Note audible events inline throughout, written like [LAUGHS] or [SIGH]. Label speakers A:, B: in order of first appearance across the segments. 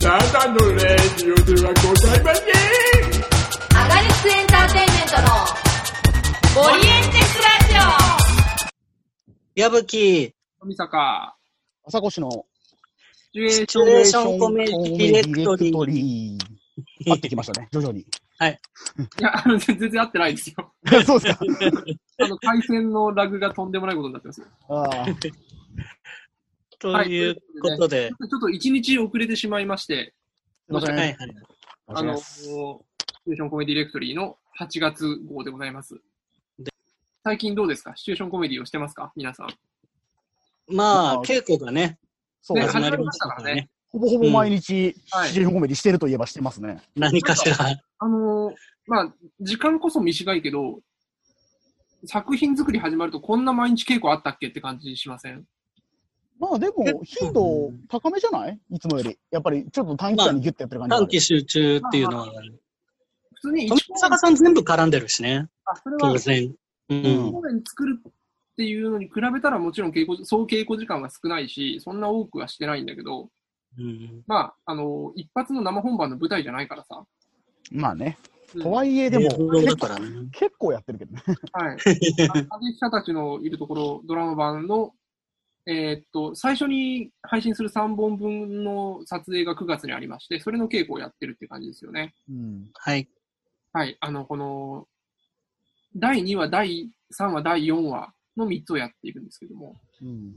A: ただのレディオではございません
B: アガリスクエンターテインメントのオリエンテスラジオ
C: 矢吹、
D: 富坂、
E: 朝越の
D: シチュエーシ
C: シ
D: ョン
C: チュエーションコメディレクトリー。
E: リー。合ってきましたね、徐々に。 [LAUGHS]
D: いや、あの全然合ってないです
A: [LAUGHS]
D: よ。
E: そうですか。
D: あの、回線のラグがとんでもないことになってますよ。
E: ああ
C: ということで、
D: ちょっと一日遅れてしまいまして、
E: すいません。
C: はいはい。
D: あの、シチュエーションコメディレクトリーの8月号でございます
C: で。
D: 最近どうですかシチュエーションコメディをしてますか皆さん。
C: まあ、
E: あ
C: 稽古がね、
E: そうです
D: 始
C: 始
D: ま
E: ね。
D: りま
C: まりま
D: し
C: したた
D: か
C: からら
D: ね
C: ね。
E: ほぼほぼ毎日、
D: はい
E: シチュエーションコメディしてるといえばしてますね。
C: 何かしら。
D: あのーまあ、時間こそ短いけど、作品作り始まるとこんな毎日稽古あったっけって感じしません
E: まあでも、頻度高めじゃないいつもより。やっぱり、ちょっと短期間にギュッとやってる感じがあ
C: 短
E: る。
C: 期集中っていうのは、
D: 普通に
C: 富
D: 一公演
C: 坂さん全部絡んでるしね、
D: あそれは
C: 当然。うん。
E: うん
D: 公演作るっていうのに比べたらもちろん稽古、総稽古時間が少ないし、そんな多くはしてないんだけど、
C: うん
D: まあ、あの、一発の生本番の舞台じゃないからさ。
E: まあね。
D: うん
E: とはいえ、でも、
C: 映像だからね。
E: 結構やってるけどね。
D: はい。影記者たちのいるところ、ドラマ版の、えーっと、最初に配信する3本分の撮影が9月にありまして、それの稽古をやってるって感じですよね。
E: うん。
C: はい。
D: はい。あの、この、第2話、第3話、第4話の3つをやっているんですけども、
E: うん。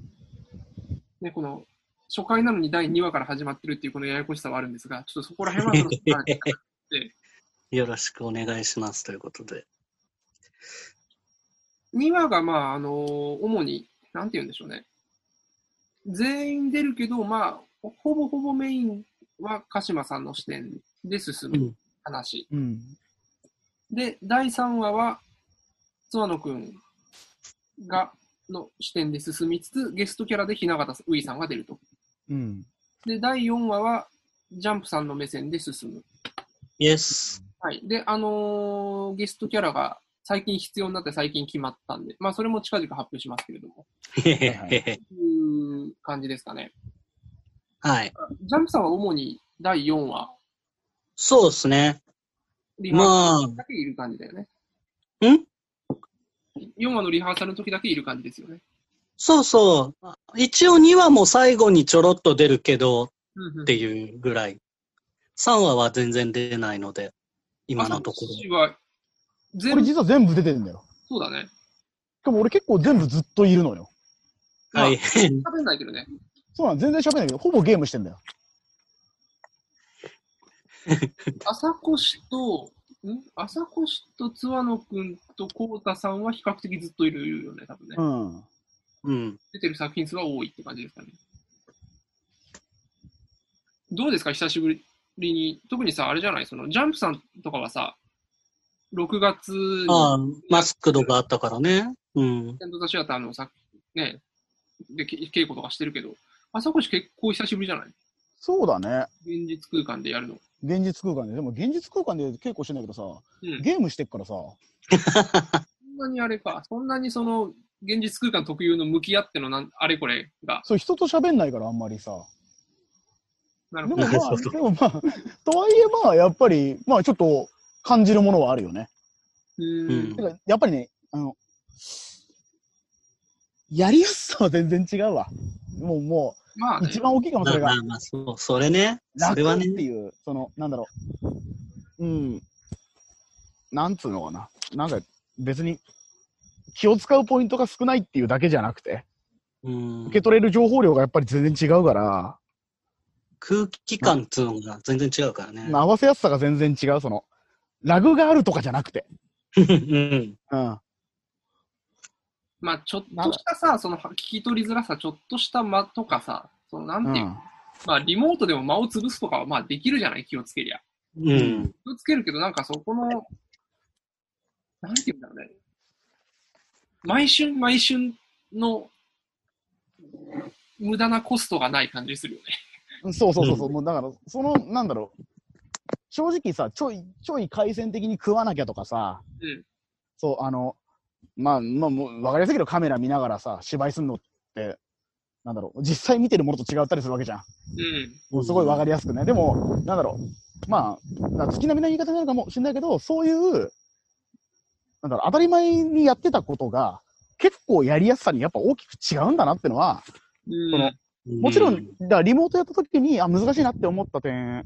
D: ね、この、初回なのに第2話から始まってるっていうこのややこしさはあるんですが、ちょっとそこら辺は
C: よろしくお願いしますということで。
D: 2話が、まあ、あの主に、なんて言うんでしょうね。全員出るけど、まあ、ほぼほぼメインは鹿島さんの視点で進
C: う
D: む
C: ん
D: 話。
E: うん。
D: で、第3話は、諏訪野くんが、の視点で進みつつ、ゲストキャラで雛形ウイさんが出ると。
E: うん。
D: で、第4話は、ジャンプさんの目線で進む。
C: イエス。
D: はい。で、あのーゲストキャラが最近必要になって最近決まったんで、まあ、それも近々発表しますけれども、という感じですかね。
C: [LAUGHS] はい。
D: ジャンプさんは主に第4話、
C: そうですね。
D: リハー
C: まあ
D: サル、だけいる感じだよね。
C: ん
D: ?4 話のリハーサルの時だけいる感じですよね。
C: そうそう。一応2話も最後にちょろっと出るけどっ
D: って
C: いうぐらい。3話は全然出ないので、今のところ。
D: は全
E: こ
D: 部、
E: れ実は全部出てるんだよ。
D: そうだね。
E: しかも俺結構全部ずっといるのよ。
D: まあ
C: 大変。
D: 喋んないけどね。
E: そうなの、全然喋んないけど、ほぼゲームしてんだよ。
D: 朝越と、ん朝越と津和野くんと浩太さんは比較的ずっといるよね、多分ね。
E: うん。
C: うん。
D: 出てる作品数は多いって感じですかね。どうですか、久しぶりに。特にさ、あれじゃない、そのジャンプさんとかはさ、6月に
C: ああ、マスクとかあったからね。うん。
D: セントザシアターのさ、ね、で、け稽古とかしてるけど、朝越結構久しぶりじゃない
E: そうだね。
D: 現実空間でやるの。
E: 現実空間で。でも現実空間で稽古してんだけどさ、
D: うん。
E: ゲームしてっからさ、
D: そんなにあれか、そんなにその、現実空間特有の向き合ってのなんあれこれが。
E: そう人と喋んないからあんまりさ。
D: な
E: で
D: る
E: も
D: ほ
E: ま
D: ど。
C: なるほ
E: あ、
C: ど
E: でもまあ、 [LAUGHS] とはいえまあ、やっぱり、まあちょっと感じるものはあるよね。
D: う
C: う
D: ーん
C: ん
E: てか、やっぱりね、あの、やりやすさは全然違うわ。もう、も
D: まあ
E: う、
D: ね
E: 一、番大きいかも、
C: ま
E: そ
C: あ
E: れ
C: ま
E: が。
C: あまあ、そう、それね。そ
E: 楽
C: れは
E: っ
C: ね。
E: ていう、その、なんだろう。うん。なんつうのかな。なんか、別に、気を使うポイントが少ないっていうだけじゃなくて、
C: うん
E: 受け取れる情報量がやっぱり全然違うから、
C: 空気感っていうのが全然違うからね。
E: 合わせやすさが全然違う、その、ラグがあるとかじゃなくて。
C: うん。
E: うん。
D: まあ、ちょっとしたさ、その、聞き取りづらさ、ちょっとした間とかさ、その、なんていう、まあ、リモートでも間を潰すとかは、まあ、できるじゃない、気をつけりゃ。
C: うん。
D: 気をつけるけど、なんかそこの、なんていうんだろうね。毎春毎春の無駄なコストがない感じするよね。
E: うんそうそうそうそう、もうだから、その、なんだろう、正直さ、ちょい、ちょい回線的に食わなきゃとかさ、
D: うん
E: そう、あの、まあ、まあ、もう、わかりやすいけど、カメラ見ながらさ、芝居すんのって、なんだろう、実際見てるものと違ったりするわけじゃん。
D: うん。
E: もうすごいわかりやすくね。でも、なんだろう、まあ、なんか月並みな言い方になるかもしれないけど、そういう、なんだろう、当たり前にやってたことが、結構やりやすさにやっぱ大きく違うんだなってのは、
D: うん
E: その
C: も
E: もちろん、
C: う
E: だからリモートやった時に、あ、難しいなって思った点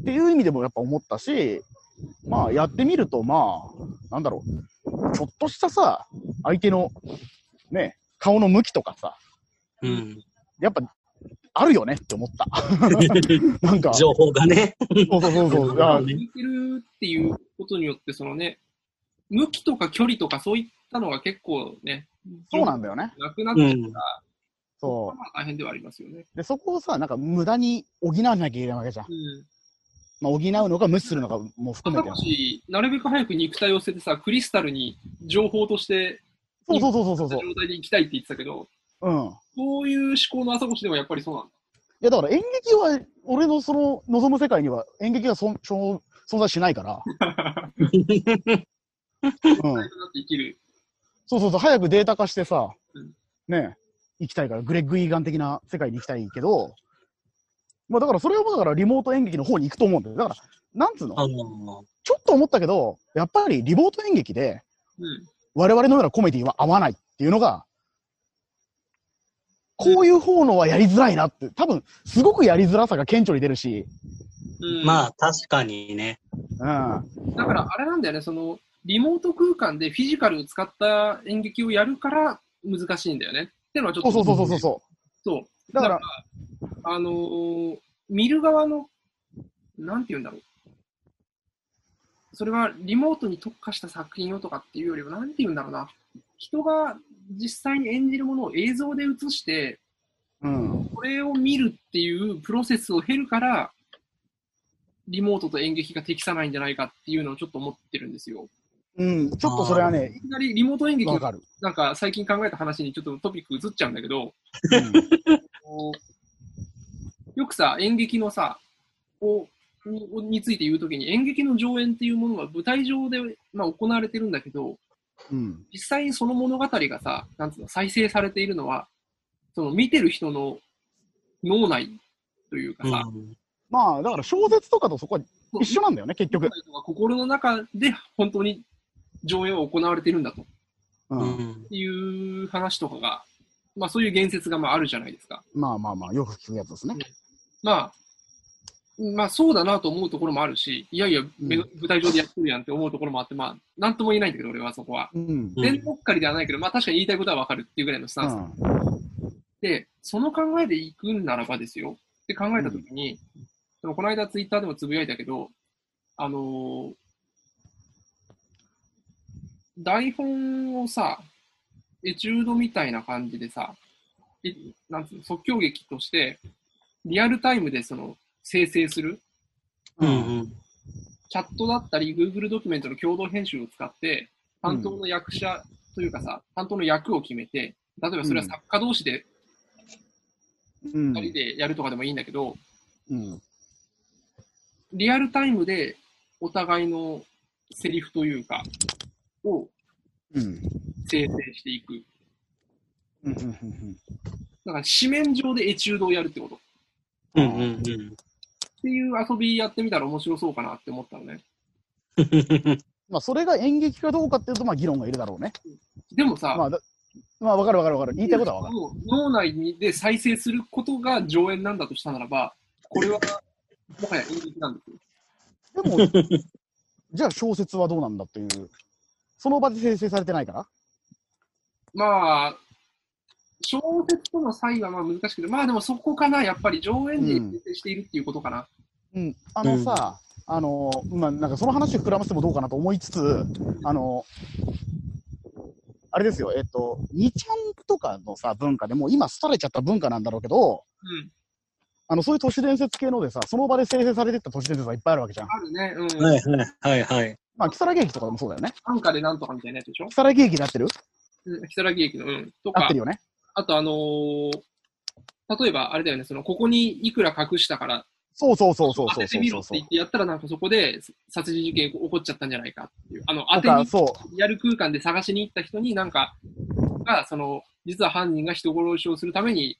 E: っていう意味でもやっぱ思ったし、まあやってみると、まあ、なんだろう、ちょっとしたさ、相手の、ね、顔の向きとかさ、 [LAUGHS]
C: うん。
E: やっぱ、あるよねって思った。 [LAUGHS] なんか、そ
C: 情
E: う
C: 報がね。
E: そうそうそ
D: [LAUGHS]
E: う。いや
D: 向いてるっていうことによって、そのね、向きとか距離とかそういったのが結構ね、
E: そうなんだよね。
D: なくなっ
C: う
D: て、
E: [LAUGHS]
C: ん。
E: そ
D: まあ大変ではありますよね。
E: う。で、そこをさ、なんか無駄に補わなきゃいけないわけじゃん。
D: うん。
E: まあ、補うのか無視するのかも含め
D: 片
E: て。
D: し、なるべく早く肉体を捨ててさ、クリスタルに情報として
E: そうそうそうそう
D: 状
E: そう。
D: 態で行きたいって言ってたけど、
E: うん。
D: そういう思考の朝越しでもやっぱりそうなんだ。
E: いや、だから演劇は、俺のその望む世界には演劇がそんそ存在しない [LAUGHS] から。
D: だっ
E: うん。
D: て生きる。
E: そうそうそう、早くデータ化してさ
D: うん、
E: ねえ、行きたいから、グレッグ・イーガン的な世界に行きたいけど、まあだからそれをだからリモート演劇の方に行くと思うんだよ。だから、なんつうの
C: あの、
E: ちょっと思ったけど、やっぱりリモート演劇で
D: うん。
E: 我々のようなコメディは合わないっていうのが、こういう方のはやりづらいなって、多分、すごくやりづらさが顕著に出るし、
D: うん、
C: まあ、確かにね。
E: うん。
D: だからあれなんだよね、その、リモート空間でフィジカルを使った演劇をやるから難しいんだよね。ってのはちょっ
E: そ
D: と。
E: うそうそうそうそう。
D: そう。
E: だ
D: だ
E: か
D: からら、あのー見る側の、なんて言うんだろう。それはリモートに特化した作品をとかっていうよりは、なんて言うんだろうな。人が実際に演じるものを映像で映して、
E: うん。
D: これを見るっていうプロセスを経るから、リモートと演劇が適さないんじゃないかっていうのをちょっと思ってるんですよ。
E: うん。ちょっとそれはね
D: い、きなりリモート演劇
E: わ
D: が
E: かる。
D: なんか最近考えた話にちょっとトピック移っちゃうんだけど、こうよくさ、演劇のさ、をにについて言うときに、演劇の上演っていうものは舞台上で、まあ、行われてるんだけど、
E: うん。
D: 実際にその物語がさ、なんつうの、再生されているのは、その見てる人の脳内というか
C: う
D: さ、
C: ん。
E: まあ、だから小説とかとそこは一緒なんだよね、結局
D: 脳。内とか心の中で本当に上演は行われてるんだと
E: う。
C: うんん。
D: いう話とかが、まあそういう言説がまああるじゃないですか。
E: まあまあまあ、よく聞くやつですね。
D: まあ、まあそうだなと思うところもあるし、いやいや、め
E: うん
D: 舞台上でやってるやんって思うところもあって、まあ、なんとも言えないんだけど、俺はそこは。
E: うん。
C: うん
D: 全ばっかりではないけど、まあ確かに言いたいことはわかるっていうぐらいのス
E: う
D: タンス。
E: ん。
D: で、その考えで行くんならばですよって考えたときに、でもこの間ツイッターでもつぶやいたけど、あのー台本をさ、エチュードみたいな感じでさ、えなんつうの、即興劇として、リアルタイムでその、生成する、
C: う
E: うんん。
C: うん。
D: チャットだったり、Google ドキュメントの共同編集を使って、担当の役者というかさ、担当の役を決めて、例えばそれは作家同士で
E: うん
D: 2人でやるとかでもいいんだけど、
E: うん。
D: リアルタイムでお互いのセリフというか、を
E: うん。
D: 生成していく。
E: うんうん
D: だから紙面上でエチュードをやるってこと。っ
C: うんうんうん。
D: ていう遊びやってみたら面白そうかなって思ったのね。
E: まあ、それが演劇かどうかっていうと、まあ、議論がいるだろうね。
D: でもさ、
E: まあ、だまあ、わかるわかるわかる。言いたいことはわかる。
D: 脳内にで再生することが上演なんだとしたならば、これはもはや演劇なんですよ。
E: でも、
D: [LAUGHS]
E: じゃあ小説はどうなんだっていう。その場で生成されてないから。
D: まあ、小説との差異はまあ難しいけど、まあでもそこかな、やっぱり上演で生成しているっていうことかな。
E: うん。あのさ、あの、まあ、なんかその話を膨らませてもどうかなと思いつつ、あの、あれですよ、えっと、2ちゃんとかのさ、文化でもう今、廃れちゃった文化なんだろうけど、
D: うん。
E: あの、そういう都市伝説系のでさ、その場で生成されてった都市伝説がいっぱいあるわけじゃん。
D: あるね、うん。
C: はいはいはいはい。
E: まあ、木更木駅とかでもそうだよね。
D: 安価でなんとかみたいなやつでしょ
E: 木更木駅で合ってる
D: うん、如月駅の、うん、と
E: 合っ
D: か
E: てる、よね。
D: あとあのー例えばあれだよね、その、ここにいくら隠したから、
E: そうそうそうそう
D: 当
E: そう
D: てて
E: そう
D: みろ
E: そう
D: って言ってやったら、なんかそこで殺人事件起こっちゃったんじゃないかっていう、あの、当
E: と
D: てに
E: か、そう。
D: リアル空間で探しに行った人になんか、が、その、実は犯人が人殺しをするために、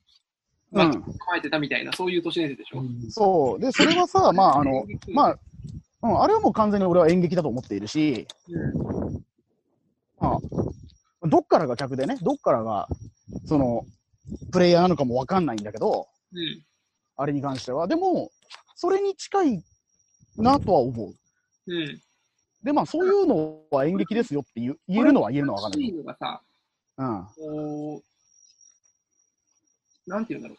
D: まあ、
E: う
D: 捕
E: ん。
D: まえてたみたいな、そういう都市伝説でしょ。
E: そう。で、それはさ、まあ、あの、ま
D: あ、
E: あ、うん、あれはもう完全に俺は演劇だと思っているし、
D: う
E: まあ、どっからが客でね、どっからが、その、プレイヤーなのかもわかんないんだけど、
D: ん。うん。
E: あれに関しては。でも、それに近いなとは思う。
D: うん。
E: で、まあ、そういうのは演劇ですよって言う言えるのは言えるのはわかん
D: おかし [LAUGHS]
E: ない。
D: いのがさ、
E: うん。
D: こう、なんて言うんだろ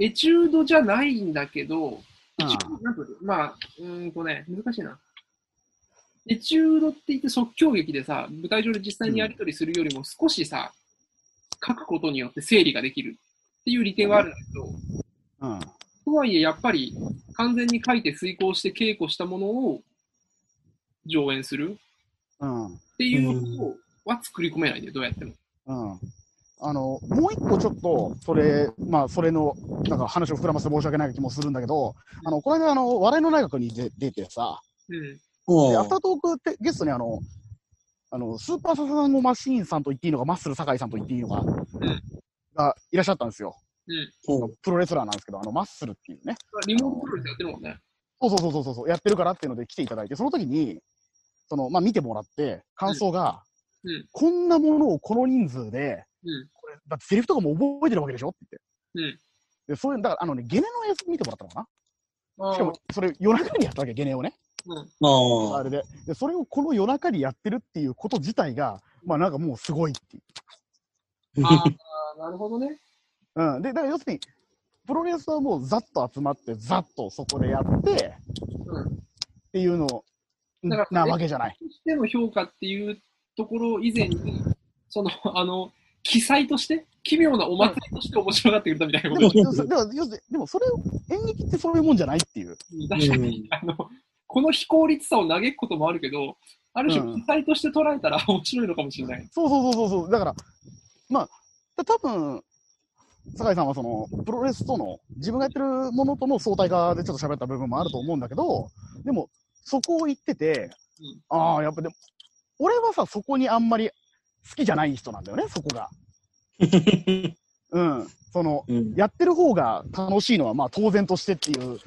D: う。エチュードじゃないんだけど、エチュードなんて言うのまあ、うーんとね、難しいな。エチュードって言って即興劇でさ、舞台上で実際にやり取りするよりも少しさ、書くことによって整理ができるっていう利点はあるんだけど、
E: うん。
D: とはいえやっぱり完全に書いて遂行して稽古したものを上演する
E: うん。
D: っていうことは作り込めないで、どうやっても。
E: うん。あの、もう一個ちょっと、それ、まあ、それの、なんか話を膨らませて申し訳ない気もするんだけど、あの、この間、あの、笑いの大学に出出てさ、
D: うん。
E: で、ア
C: お
E: フタートークってゲストにあの、あの、スーパーササゴマシーンさんと言っていいのか、マッスル酒井さんと言っていいのか、
D: ん
E: がいらっしゃったんですよ。
D: うん。
C: お
E: プロレスラーなんですけど、あの、マッスルっていうね。
D: リモートプロレスやってるもんね。
E: そうそうそうそうそう、やってるからっていうので来ていただいて、その時に、その、まあ、見てもらって、感想が、
D: うんうん
E: こんなものをこの人数で、
D: うん
E: これ、だってセリフとかも覚えてるわけでしょって言って。で、そういう、だから、あのね、ゲネの映像見てもらったのか
D: あ
E: な
D: あ
E: しかも、それ夜中にやったわけ、ゲネをね。
D: うん
E: あ
C: あ
E: れで。で、それをこの夜中にやってるっていうこと自体が、まあなんかもうすごいっていう。
D: あ
C: あ。
D: あ、なるほどね。
E: うん。で、だから要するに、プロレスはもうざっと集まって、ざっとそこでやって、
D: うん
E: っていうの
D: だから
E: なわけじゃない。
D: としての評価っていうところ以前に、その、あの、記載として、奇妙なお祭りとして面白がってくれたみたいな
E: で
D: こ
E: も、
D: と
E: でもそでも要するにでもそれを、演劇ってそういうもんじゃないっていう。
D: に、確かに、あの、この非効率さを嘆くこともあるけど、ある
E: う
D: 種、
E: ん
D: 記載として捉えたら面白いのかもしれない。
E: そうそうそうそうそう。だから、まあ、た多分酒井さんはその、プロレスとの、自分がやってるものとの相対化でちょっと喋った部分もあると思うんだけど、でも、そこを言ってて、
D: うん
E: ああ、やっぱでも、俺はさ、そこにあんまり好きじゃない人なんだよね、そこが。うん。その、
C: うん。
E: やってる方が楽しいのはまあ当然としてっていう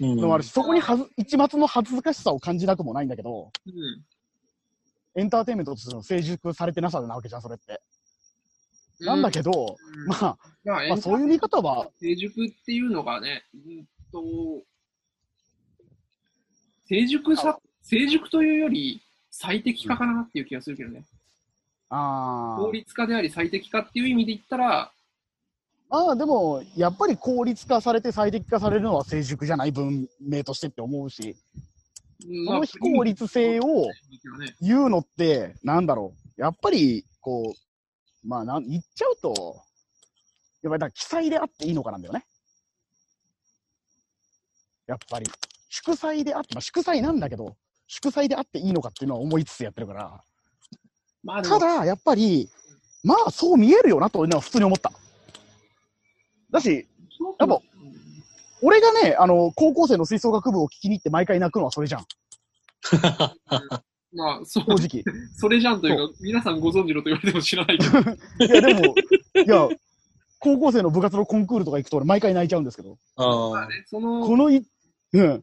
C: うん
E: のもあるし、そこにはず一抹の恥ずかしさを感じなくもないんだけど、
D: うん。
E: エンターテインメントとしての成熟されてなさなわけじゃん、それって。なんだけど、
D: うん
E: まあ、
D: まあ、
E: まあ、そういう見方は、
D: 成熟っていうのがね、うんと、成熟さ、成熟というより最適化かなっていう気がするけどね。
E: あ
D: 効率化であり最適化っていう意味で言ったら、
E: あ、まあでも、やっぱり効率化されて最適化されるのは成熟じゃない文明としてって思うし、そ
D: ま
E: の非効率性を
D: ね
E: 言うのって、なんだろう、やっぱり、こう、まあなん、言っちゃうと、やっぱりだから記載であっていいのかなんだよね。やっぱり、祝祭であって、まあ、祝祭なんだけど、祝祭であっていいのかっていうのは思いつつやってるから。
D: まあでも
E: ただ、やっぱり、まあ、そう見えるよなと、俺は普通に思った。だし、やっぱ俺がね、あの、高校生の吹奏楽部を聞きに行って毎回泣くのはそれじゃん、
D: まあ、そう
E: 正
C: [LAUGHS]
E: 直。
D: それじゃんというか、皆さんご存知のと言われても知らないけど、
E: いや、でも、いや、高校生の部活のコンクールとか行くと俺毎回泣いちゃうんですけど、
C: あ
D: まあ
C: あ。
D: ね、その
E: こ、のい、うん。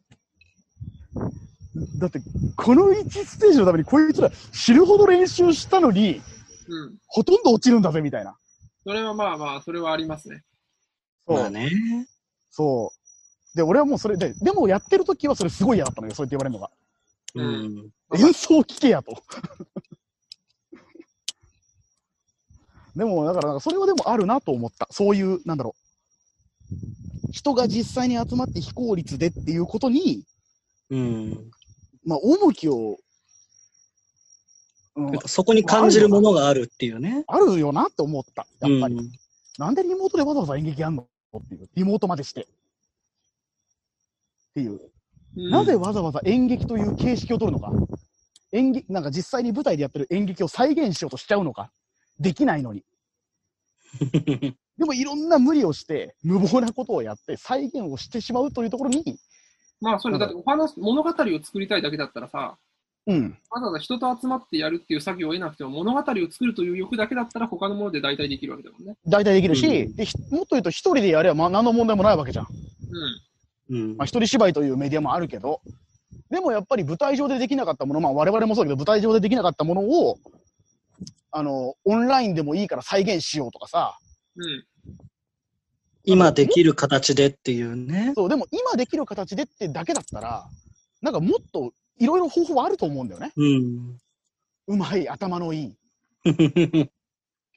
E: だって、この1ステージのためにこいつら知るほど練習したのに、
D: うん、
E: ほとんど落ちるんだぜ、みたいな。
D: それはまあまあ、それはありますね。
E: そう。
C: まあね。
E: そう。で、俺はもうそれで、でもやってる時はそれすごい嫌だったのよ、そう言って言われるのが。
C: うん。
E: 演奏を聴けやと。 [LAUGHS] でも、だから、それはでもあるなと思った。そういう、なんだろう。人が実際に集まって非効率でっていうことに、
C: うん。
E: まあ、重きを、うん
C: やっ、ぱそこに感じるものがあるっていうね。
E: あるよなって思った。やっぱり。
C: うん
E: なんでリモートでわざわざ演劇やんのっていう。リモートまでして。っていう。
D: うん
E: なぜわざわざ演劇という形式を取るのか、演劇、なんか実際に舞台でやってる演劇を再現しようとしちゃうのか、できないのに。でもいろんな無理をして、無謀なことをやって、再現をしてしまうというところに、
D: まあ、それだってお話、物語を作りたいだけだったらさ、
E: うん。
D: わざわざ人と集まってやるっていう作業を得なくても、物語を作るという欲だけだったら、他のもので代替できるわけだもんね。
E: 大体できるし、
C: う
E: でひもっと言うと一人でやれば、まあ、何の問題もないわけじゃん。
D: うん。
C: うん
E: まあ、一人芝居というメディアもあるけど、でもやっぱり舞台上でできなかったもの、まあ我々もそうだけど、舞台上でできなかったものを、あの、オンラインでもいいから再現しようとかさ、
D: うん。
C: 今できる形でっていうね。
E: そう、でも今できる形でってだけだったら、なんかもっといろいろ方法はあると思うんだよね。
C: うん。
E: うまい、頭のいい。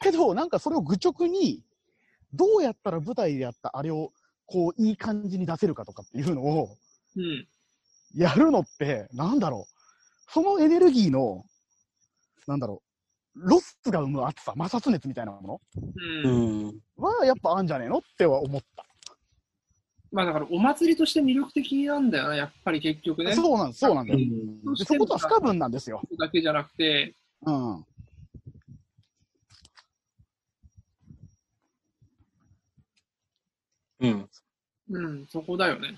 E: けど、なんかそれを愚直に、どうやったら舞台でやったあれを、こう、いい感じに出せるかとかっていうのを、
D: うん。
E: やるのって、なんだろう。そのエネルギーの、なんだろう。ロスが生む熱さ、摩擦熱みたいなも
D: うん。
C: うん。
E: のは、やっぱあんじゃねえのっては思った。
D: まあだから、お祭りとして魅力的なんだよな、やっぱり結局ね。
E: そうなんです、そうなんだ
C: う
E: よ。
C: ん
D: どうして
E: でそ
D: も
E: ことは不可分なんですよ。
D: だけじゃなくて、
E: うん。
C: うん。
D: うん、そこだよね。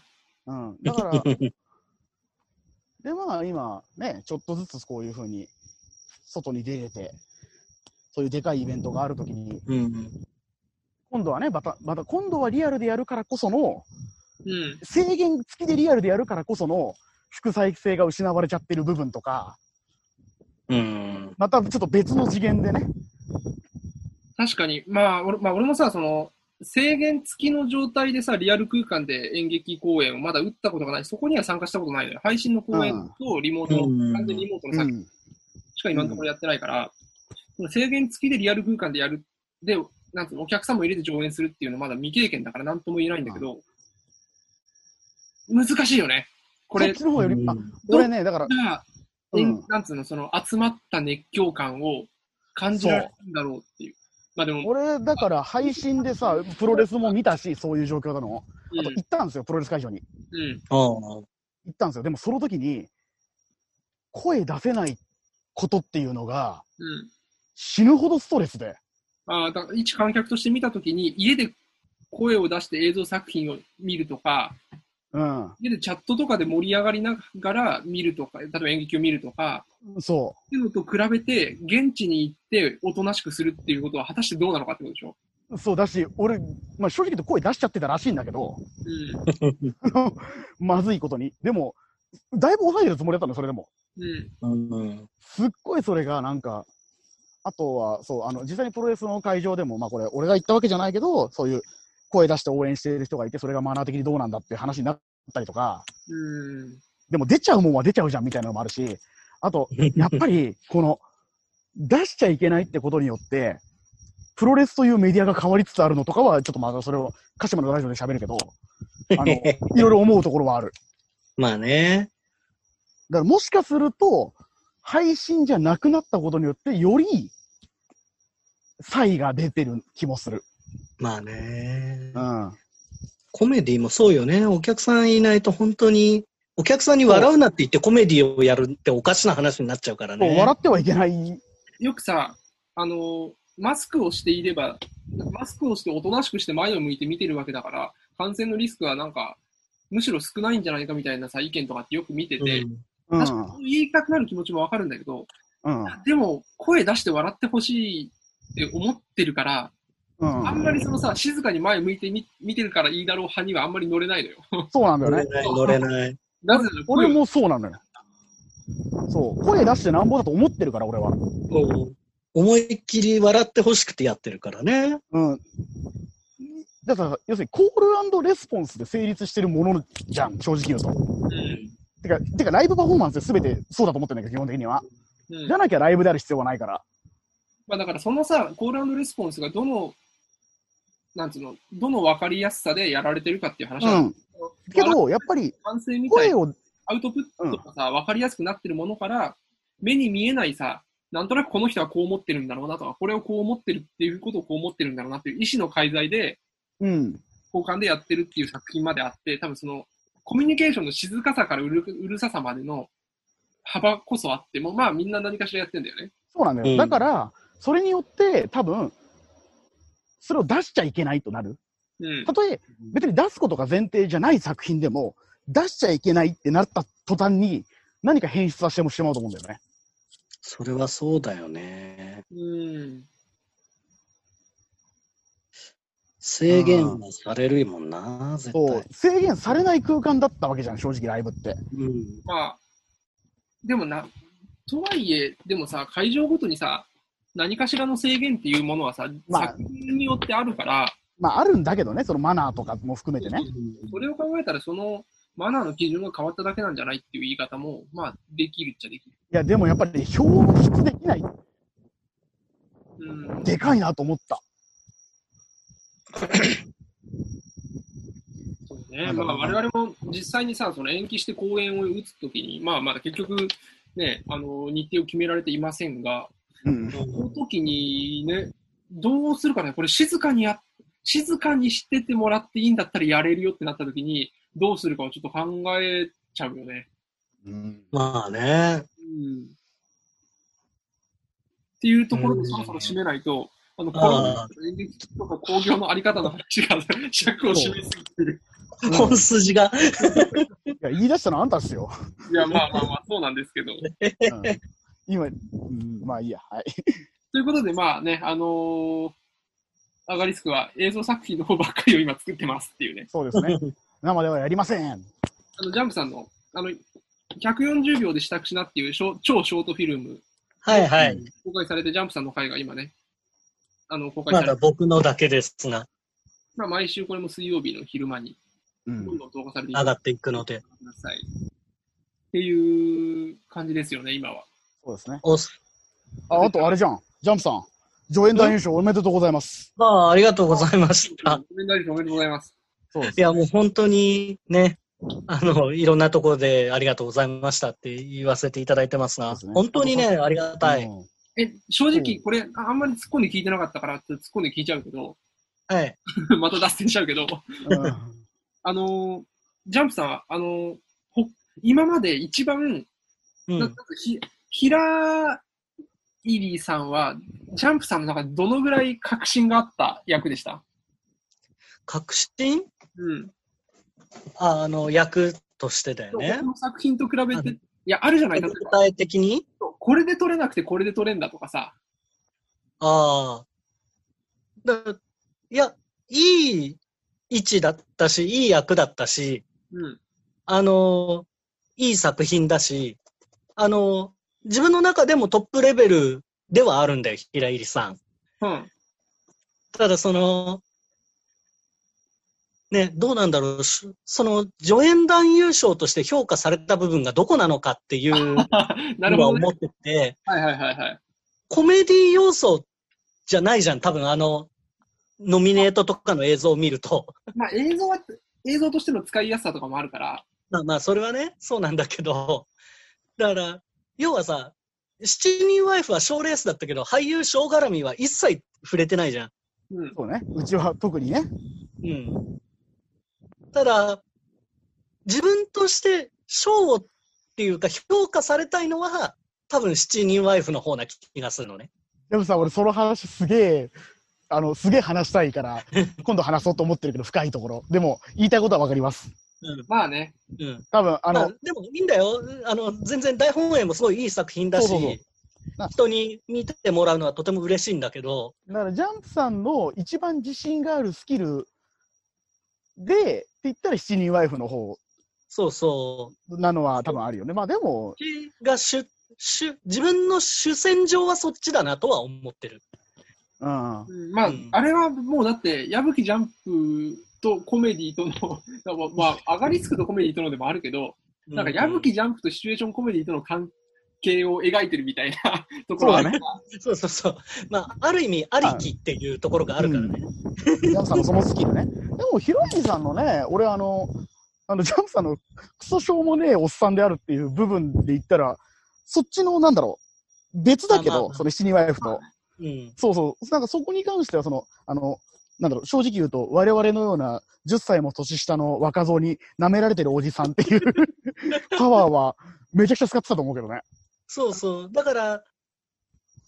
E: うん。だから、で、まあ今、ね、ちょっとずつこういうふうに、外に出れて、そういうでかいイベントがあるときに、
C: うん。
E: 今度はね、また、また今度はリアルでやるからこその、
D: うん。
E: 制限付きでリアルでやるからこその、祝祭性が失われちゃってる部分とか、
C: うん。
E: またちょっと別の次元でね。
D: 確かに、まあ俺まあ、俺もさ、その、制限付きの状態でさ、リアル空間で演劇公演をまだ打ったことがない、そこには参加したことないのよ。配信の公演とリモートの、
C: うん
D: 完全リモートの
E: う
D: 作
E: ん。
D: しか今のところやってないから、その制限付きでリアル空間でやる、で、なんつうの、お客さんも入れて上演するっていうのはまだ未経験だから何とも言えないんだけど、難しいよね。こ
E: そ
D: れ
E: っ、ちの方より、あ、
D: ど
E: 俺ね、だから、
D: が、
E: うん
D: 演なんつうの、その集まった熱狂感を感じられるんだろうっていう。まあでも、
E: 俺、だから配信でさ、プロレスも見たし、そういう状況なの。あと
D: うん
E: 行ったんですよ、プロレス会場に。
D: うん、
C: ああ。
E: 行ったんですよ。でもその時に、声出せないことっていうのが、
D: うん。
E: 死ぬほどストレスで。
D: ああ、だから一観客として見たときに、家で声を出して映像作品を見るとか、
E: うん。
D: 家でチャットとかで盛り上がりながら見るとか、例えば演劇を見るとか、
E: そ
D: っていうのと比べて、現地に行っておとなしくするっていうことは果たしてどうなのかってことでしょ。
E: う。そうだし、俺、まあ正直言うと声出しちゃってたらしいんだけど、
D: う
E: まずいことに。でも、だいぶ抑えてるつもりだったの、それでも。
D: ん、うん、
C: うん。
E: すっごいそれがなんか、あとは、そう、あの、実際にプロレスの会場でも、まあこれ、俺が行ったわけじゃないけど、そういう声出して応援している人がいて、それがマナー的にどうなんだっていう話になったりとか、
D: うん、
E: でも出ちゃうもんは出ちゃうじゃんみたいなのもあるし、あと、やっぱ
D: [LAUGHS]
E: り、この、出しちゃいけないってことによって、プロレスというメディアが変わりつつあるのとかは、ちょっとまだそれを、鹿島のラジオで喋るけ
D: [LAUGHS]
E: ど、あの、いろいろ思うところはある。
C: まあね。
E: だからもしかすると、配信じゃなくなったことによって、より、差異が出てる気もする。
C: まあね
E: う。ん。
C: コメディもそうよね。お客さんいないと本当に、お客さんに笑うなって言ってコメディをやるっておかしな話になっちゃうからね。
E: 笑ってはいけない。
D: よくさ、あのマスクをしていれば、マスクをしておとなしくして前を向いて見てるわけだから、感染のリスクはなんか、むしろ少ないんじゃないかみたいなさ、意見とかってよく見てて、
E: うん。
D: 確かに言いたくなる気持ちもわかるんだけど、
E: うん。
D: でも、声出して笑ってほしいって思ってるから、
E: う
D: あん
E: ん。
D: まりそのさ、静かに前向いてみ見てるからいいだろう派にはあんまり乗れないのよ。
E: そうなん
C: う
E: だ
C: ん。乗れ
E: よね。
C: ない、乗れない。
D: なぜなら声
E: 俺
D: を
E: もそうなのよ。そう。声出してなんぼだと思ってるから、俺は。
C: そう思いっきり笑ってほしくてやってるからね。
E: うん。だから、要するに、コールレスポンスで成立してるものじゃん、正直言うと。
D: うん
E: てか、てかライブパフォーマンスで全てそうだと思ってんだけど、基本的には。
D: うん
E: じゃなきゃライブである必要はないから。
D: まあ、だからそのさ、コールレスポンスがどの、なんつうの、どの分かりやすさでやられてるかっていう話
E: う
D: なんだ
E: ん。けど、やっぱり、
D: 反省みたい
E: 声
D: な
E: を
D: アウトプットがさ、分かりやすくなってるものから、目に見えないさ、なんとなくこの人はこう思ってるんだろうなとか、これをこう思ってるっていうことをこう思ってるんだろうなっていう意思の介在で、
E: うん。
D: 交換でやってるっていう作品まであって、多分その、コミュニケーションの静かさからうるうるささまでの幅こそあっても、まあみんな何かしらやってんだよね。
E: そうなんだよ。
C: うん
E: だから、それによって、多分、それを出しちゃいけないとなる。
D: うん
E: た。とえ、別に出すことが前提じゃない作品でも、出しちゃいけないってなった途端に、何か変質はしてもしてまうと思うんだよね。
C: それはそうだよね。
D: うん。
C: 制限もされるもんな、絶対。
E: そう、制限されない空間だったわけじゃん、正直ライブって。
C: うん。
D: まあ、でもな、とはいえ、でもさ、会場ごとにさ、何かしらの制限っていうものはさ、
E: まあ
D: 作品によってあるから、
E: まあ、あるんだけどね、そのマナーとかも含めてね。
D: それを考えたら、そのマナーの基準が変わっただけなんじゃないっていう言い方も、まあ、できるっちゃできる。
E: いや、でもやっぱり表出できない、
D: うん。
E: でかいなと思った。
D: そうね。まあ、我々も実際にさ、その延期して公演を打つときに、まあ、まだ結局、ね、あの、日程を決められていませんが、
E: うん。
D: この時にね、どうするかね、これ静かにや、静かにしててもらっていいんだったらやれるよってなった時に、どうするかをちょっと考えちゃうよね。
C: まあね。
D: うん。っていうところでそろそろ締めないと、あの、コ
C: あー
D: ロナの演劇とか興行のあり方の話が尺を締めすぎてる。
C: 本筋が。
E: いや、言い出したのあんたっすよ。
D: いや、まあまあまあ、そうなんですけど。
E: うん、 [LAUGHS] 今、うん、まあいいや、はい。
D: ということで、まあね、あのーアガリスクは映像作品の方ばっかりを今作ってますっていうね。
E: そうです [LAUGHS] ね。生ではやりません。
D: あの、ジャンプさんの、あの、140秒で支度しなっていうショ超ショートフィルム、
C: はいはい。
D: 公開されて、ジャンプさんの回が今ね、あの、公開
C: ま
D: され
C: だ
D: て、
C: 僕のだけですが、
D: まあ、毎週これも水曜日の昼間に、
E: う
D: どん
E: ん。
D: どん動画されてい
C: 上
D: って
C: がっていくので。
D: ください。っていう感じですよね、今は。
E: そうですね。
C: おす
E: あ、あとあれじゃん。ジャンプさん。助演男優賞おめでとうございます。
C: まあ、ありがとうございました。
D: ごめんなさい、おめでとうございます。
E: そうです
C: い。や、もう本当にね、あの、いろんなところでありがとうございましたって言わせていただいてます
E: そう
C: が、
E: ですね
C: 本当にね、ありがたい。
E: うん
D: え、正直、
E: うん
D: これ、ああんまり突っ込んで聞いてなかったから、ちょっと突っ込んで聞いちゃうけど、 [LAUGHS]
C: はい。
D: また脱線しちゃうけど、
E: うん
D: あのージャンプさんは、あのーほ今まで一番
C: う
D: なん
C: ん。
D: かひ、ヒライリーさんは、ジャンプさんの中でどのぐらい確信があった役でした
C: 確信
D: うん。
C: ああの、役としてだよね
D: 他。の作品と比べ
C: うん
D: て、いや、あるじゃない、例え
C: 具
D: ば、
C: 体的に
D: これで撮れなくてこれで撮れんだとかさ、
C: ああ。だいや、いい位置だったし、いい役だったし、
D: うん。
C: あの、いい作品だし、あの、自分の中でもトップレベルではあるんだよ、平入さん。
D: うん。
C: ただその、ね、どうなんだろうし、その助演男優賞として評価された部分がどこなのかっていうの
D: なる
C: は
D: ほど、ね
C: 思。ってて、
D: はいはいはいはい。
C: コメディ要素じゃないじゃん、多分あの、ノミネートとかの映像を見ると。 [LAUGHS]
D: まあ映像は、映像としての使いやすさとかもあるから、
C: まあまあ、それはね、そうなんだけど、 [LAUGHS] だから、要はさ、七人ワイフは賞ーレースだったけど、俳優賞絡みは一切触れてないじゃん。
D: うん。
E: そうね。うちは特にね。
C: うん。ただ、自分として賞をっていうか評価されたいのは、多分七人ワイフの方な気がするのね。
E: でもさ、俺その話すげえ、あの、すげえ話したいから、今度話そうと思ってるけど、深いところ。でも、言いたいことはわかります。
C: うん。
D: まあね、
C: うん。
E: 多分、
C: ま
E: あの、
C: あ、でもいいんだよ。あの、全然大本営もすごいいい作品だし、
E: そうそうそうな
C: 人に見てもらうのはとても嬉しいんだけど、
E: だからジャンプさんの一番自信があるスキルで、って言ったら七人ワイフの方
C: そうそう。
E: なのは多分あるよね。まあでも、
C: が主、主、自分の主戦場はそっちだなとは思ってる。
E: うん。
D: うんまあ、
C: うん
D: あれはもうだって、矢吹ジャンプとコメディとの、 [LAUGHS] まあ、アガリスクとコメディとのでもあるけど、なんか、矢吹ジャンプとシチュエーションコメディとの関係を描いてるみたいな [LAUGHS] ところは
E: そうだね
C: そうそうそう。まあ、ある意味、ありきっていうところがあるからね。
E: ジャンプさんのそのスキルね。でも、ヒロインさんのね、俺あの、あの、ジャンプさんのクソしょうもねえおっさんであるっていう部分で言ったら、そっちの、なんだろう、別だけ
C: あまあま
E: ど、
C: あ
E: その七人ワイフと。
C: うん。
E: そうそう。なんかそこに関しては、その、あの、なんだろう、正直言うと、我々のような10歳も年下の若造に舐められてるおじさんっていう [LAUGHS] パワーは、めちゃくちゃ使ってたと思うけどね。
C: そうそう。だから、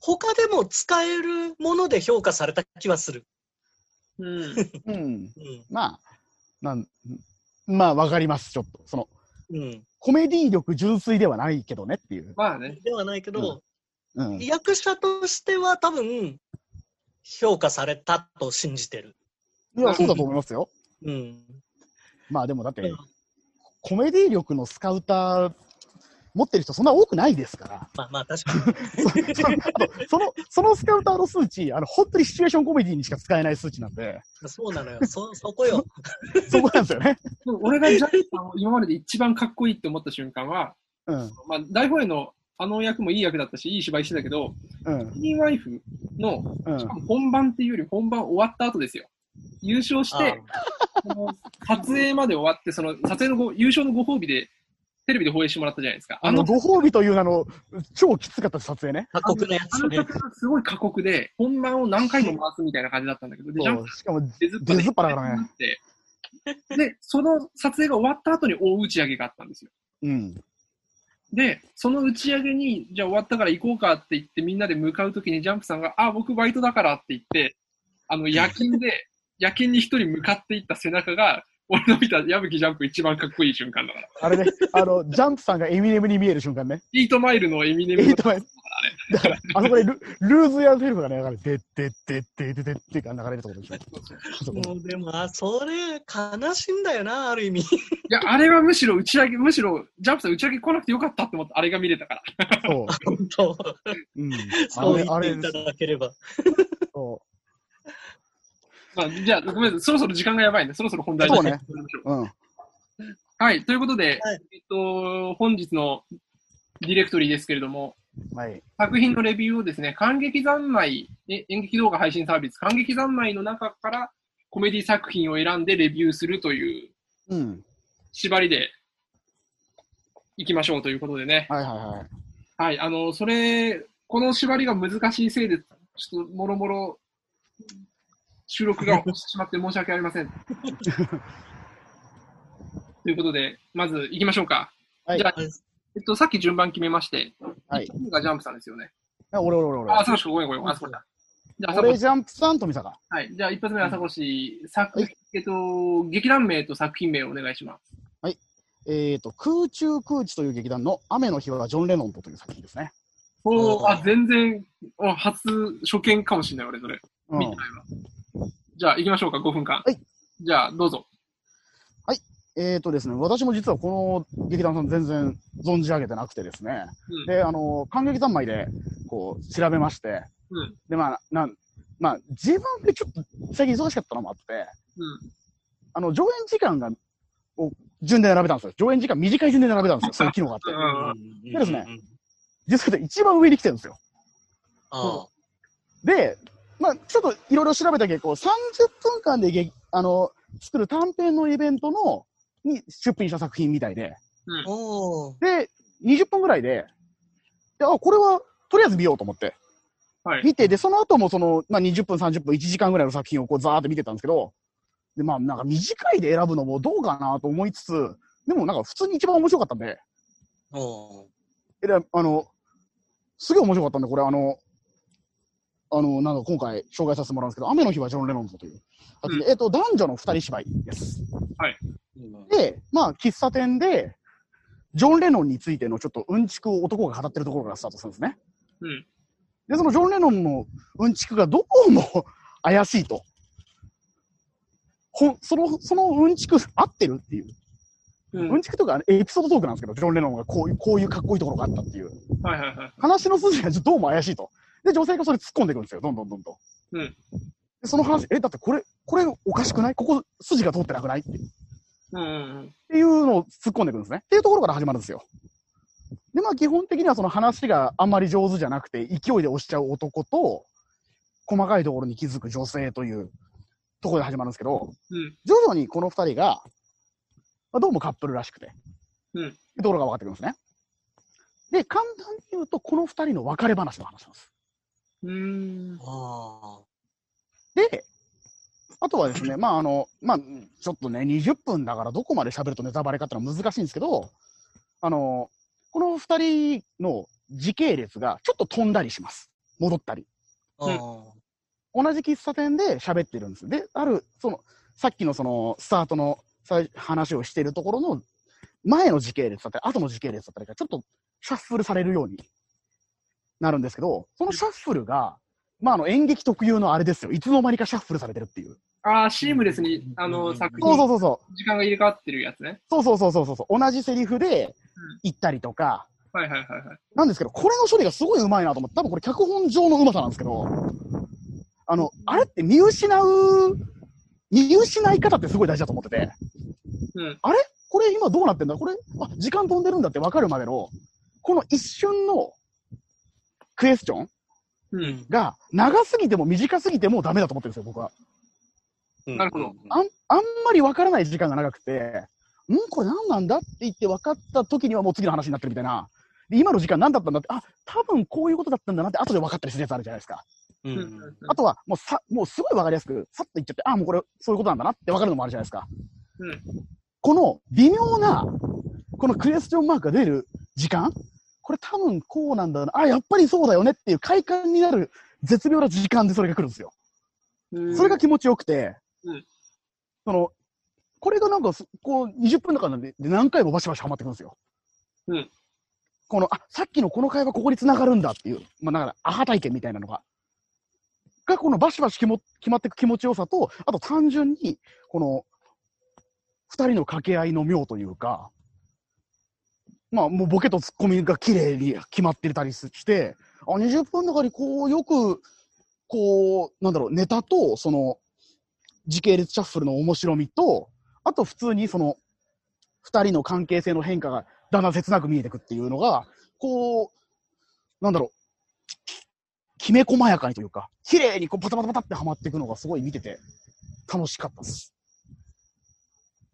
C: 他でも使えるもので評価された気はする。
D: うん。
E: うん。
C: うん。
E: まあ、なん、まあ、わかります、ちょっと。その、
C: うん。
E: コメディ力純粋ではないけどねっていう。
D: まあね。
C: ではないけど、
E: うん。
C: 役者としては多分、評価されたと信じてる。
E: いや、そうだと思いますよ。
C: うん。
E: まあでもだって
C: うん、
E: コメディ力のスカウター持ってる人そんな多くないで
D: [LAUGHS]
E: すから。
C: まあまあ、確かに。
E: そそあとその、そのスカウターの数値、あの、本当にシチュエーションコメディにしか使えない数値なんで、
C: そうなのよ。そ、そこよ。
E: そこなんですよね。
D: でも俺がジャニーさんを今までで一番かっこいいって思った瞬間は、
E: うん。
D: まあ、大本営のあの役もいい役だったし、いい芝居してたけど、
E: うん。
D: ニーワイフの、
E: うん
D: しか。も本番っていうより本番終わった後ですよ。優勝して、その撮影まで終わって、その撮影のご優勝のご褒美で、テレビで放映してもらったじゃないですか。
E: あの、ご褒美という名の、超きつかった撮影ね。
C: あ過酷なやつ
D: あ
C: ね
D: の。曲がすごい過酷で、本番を何回も回すみたいな感じだったんだけど、で、ジャン
E: そ
D: プ
E: うしかも、
D: 出ずっぱ
E: 出ずっぱだからね。
D: でで、その撮影が終わった後に大打ち上げがあったんですよ。
E: うん。
D: で、その打ち上げに、じゃあ終わったから行こうかって言って、みんなで向かうときにジャンプさんが、あ、僕バイトだからって言って、あの、夜勤で、夜勤に一人向かっていった背中が、俺の見た矢吹ジャンプ一番かっこいい瞬間だから。
E: あれね、あの、ジャンプさんがエミネムに見える瞬間ね。
D: イートマイルのエミネム
E: え
D: の
E: っと、だから、あそこでル、ルーズやテルフがね、流れて、で、で、で、で、で、っていうか流れるところでしょ。そこ
C: もうでも、あ、それ、悲しいんだよな、ある意味。
D: いや、あれはむしろ打ち上げ、むしろ、ジャンプさん打ち上げ来なくてよかったって思った、あれが見れたから。
E: そう。
C: 本当。
E: うん。
C: そう言
E: あ
C: って
E: れ、あ
C: い
E: れ
C: ただければ。
E: そ
D: まあ、じゃあ、ごめんなさい。そろそろ時間がやばいんで、そろそろ本題に
E: そうね
D: 行きましょう
E: う。うん。
D: はい。ということで、
C: はい
D: えっと、本日のディレクトリーですけれども、
E: はい。
D: 作品のレビューをですね、感激三昧、え演劇動画配信サービス、感激三昧の中からコメディ作品を選んでレビューするという
E: うん。
D: 縛りで行きましょうということでね。
E: はいはいはい。
D: はい。あの、それ、この縛りが難しいせいで、ちょっともろもろ収録が落ちてしまって申し訳ありません。ということで、まず行きましょうか。
E: はい
D: じゃあ、えっと、さっき順番決めまして、
E: はい
D: 一人がジャンプさんですよね。
E: あ俺俺俺俺。
D: あ、朝越しごめんごめん。あ、そうだ。じゃあ、朝
E: 俺
D: 越し
E: ジャンプさん、富坂。
D: はい。じゃあ、一発目、朝越し、作、えっと、劇団名と作品名をお願いします。
E: えっ、と、空中空地という劇団の雨の日はジョン・レノンとという作品ですね。
D: お
C: お
D: ー、
C: ー
D: あ、全然、お初、初見かもしれない、俺、それ。
E: うん。
D: 見てないわ。じゃあ、行きましょうか、5分間。
E: はい。
D: じゃあ、どうぞ。
E: えっ、とですね、私も実はこの劇団さん全然存じ上げてなくてですね。
D: うん
E: で、あの、感激三昧で、こう、調べまして。
D: うん
E: で、まあ、なん、まあ、自分でちょっと最近忙しかったのもあって、
D: うん。
E: あの、上演時間が、を順で並べたんですよ。上演時間短い順で並べたんですよ。そういう機
D: [LAUGHS]
E: 能があって。
D: うんうんうん
E: そうですね
C: うん。
E: 実は一番上に来てるんですよ。
C: あ
E: で、まあ、ちょっといろいろ調べた結果、30分間で劇あの作る短編のイベントのに出品した作品みたいで、
C: あ。おー
E: で、20分ぐらいで、であ、これはとりあえず見ようと思って、
D: はい
E: 見て、で、その後もその、まあ、20分、30分、1時間ぐらいの作品をこうザーって見てたんですけど、で、まあ、なんか短いで選ぶのもどうかなと思いつつ、でもなんか普通に一番面白かったんで、
C: おー
E: えらあの、すげえ面白かったんで、これ、あの、あの、なんか今回紹介させてもらうんですけど、雨の日はジョン・レノンズという。えっと、男女の二人芝居です。
C: うん
E: で、まあ、喫茶店で、ジョン・レノンについてのちょっとうんちくを男が語ってるところからスタートするんですね。
D: うん。
E: で、そのジョン・レノンのうんちくがどうも [LAUGHS] 怪しいと。ほん、その、そのうんちく合ってるっていう。
D: うん。
E: うんちくとかエピソードトークなんですけど、ジョン・レノンがこういう、こういうかっこいいところがあったっていう。
D: はいはいはい。
E: 話の筋がどうも怪しいと。で、女性がそれ突っ込んでいくんですよ、どんどんどんどん。
D: うん
E: でその話、え、だってこれ、これおかしくないここ筋が通ってなくないってっ
D: うんうんうん。
E: ていうのを突っ込んでいくんですね。っていうところから始まるんですよ。で、まあ基本的にはその話があんまり上手じゃなくて、勢いで押しちゃう男と、細かいところに気づく女性というところで始まるんですけど、
D: うん
E: 徐々にこの二人が、まあ、どうもカップルらしくて、
D: うん
E: ってところが分かってくるんですね。で、簡単に言うと、この二人の別れ話の話なんです。
D: うーん。
C: あ
E: で、あとはですね、まああの、まあ、ちょっとね、20分だからどこまで喋るとネタバレかってのは難しいんですけど、あの、この二人の時系列がちょっと飛んだりします。戻ったり。
C: ーあ
E: 同じ喫茶店で喋ってるんです。で、ある、その、さっきのその、スタートの最話をしてるところの前の時系列だったり、後の時系列だったりが、ちょっとシャッフルされるようになるんですけど、そのシャッフルが、まあ、あの演劇特有のあれですよ。いつの間にかシャッフルされてるっていう。
D: ああ、シームレスに、あ
C: うんうん
D: の、
C: うん
D: 作
E: そうそ
D: 品、
E: うそうそう。
D: 時間が入れ替わってるやつね。
E: そうそうそうそうそうそう。同じセリフで
D: ん
E: 行ったりとか、
D: はいはいはいはい。
E: なんですけど、これの処理がすごい上手いなと思って、多分これ脚本上の上手さなんですけど、あの、あれって見失う、見失い方ってすごい大事だと思ってて、
D: うん
E: あれこれ今どうなってんだこれ、あ、時間飛んでるんだって分かるまでの、この一瞬のクエスチョン
D: うん。
E: が長すぎても短すぎてもダメだと思ってるんですよ、僕は。
C: うん
D: なるほど
E: あんあんまり分からない時間が長くて、んこれ何なんだって言って分かった時にはもう次の話になってるみたいな。で今の時間何だったんだって、あ、多分こういうことだったんだなって後で分かったりするやつあるじゃないですか。
C: う
D: うんんう
C: うんん
E: あとは、もうさ、もうすごい分かりやすく、さっと言っちゃって、あ、もうこれそういうことなんだなって分かるのもあるじゃないですか。
D: うん
E: この微妙な、このクエスチョンマークが出る時間これ多分こうなんだな。あ、やっぱりそうだよねっていう快感になる絶妙な時間でそれが来るんですよ。
D: うん
E: それが、気持ちよくて、
D: うん
E: その、これがなんかす、こう、20分の中でで何回もバシバシハマってくるんですよ。
D: うん
E: この、あ、さっきのこの会話ここに繋がるんだっていう、まあ、だから、アハ体験みたいなのが。が、このバシバシきも決まっていく気持ちよさと、あと単純に、この、二人の掛け合いの妙というか、まあ、もうボケとツッコミが綺麗に決まってたりすして、あ、20分の中にこう、よく、こう、なんだろう、ネタと、その、時系列シャッフルの面白みと、あと普通にその、二人の関係性の変化がだんだん切なく見えてくっていうのが、こう、なんだろう、ききめ細やかにというか、綺麗にこうパタパタパタってはまっていくのがすごい見てて楽しかったです。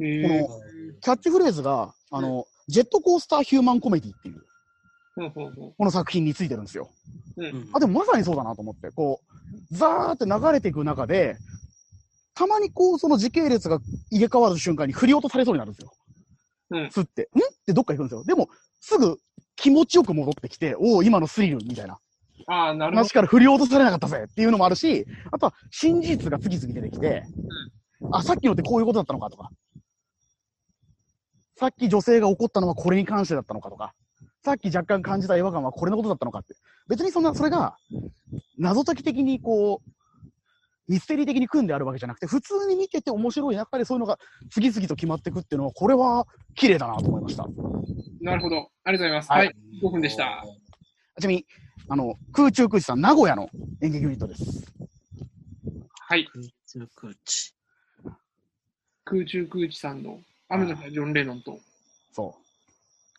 D: へ
E: こ
D: ー
E: のキャッチフレーズが、あの、ジェットコースターヒューマンコメディっていう、
D: ほうほうほ
E: この作品についてるんですよ。
C: うん
E: あ、でもまさにそうだなと思って、こう、ザーって流れていく中で、たまにこう、その時系列が入れ替わる瞬間に振り落とされそうになるんですよ。
D: うん
E: すって、んってどっか行くんですよ。でも、すぐ気持ちよく戻ってきて、おお、今のスリルみたいな。
D: うああ、なるほど
E: 話。から振り落とされなかったぜっていうのもあるし、あとは真実が次々出てきて、あ、さっきのってこういうことだったのかとか、さっき女性が怒ったのはこれに関してだったのかとか、さっき若干感じた違和感はこれのことだったのかって、別にそんな、それが、謎解き的にこう、ミステリー的に組んであるわけじゃなくて、普通に見てて面白い中でそういうのが次々と決まってくっていうのは、これは綺麗だなと思いました。
D: なるほど。ありがとうございます。
E: は
D: はいい。5分でした。
E: ちなみに、あの、空中空地さん、名古屋の演劇ユニットです。
D: はい。
C: 空中空地。
D: 空中空地さんの雨の日のジョン・レノンと。
E: そ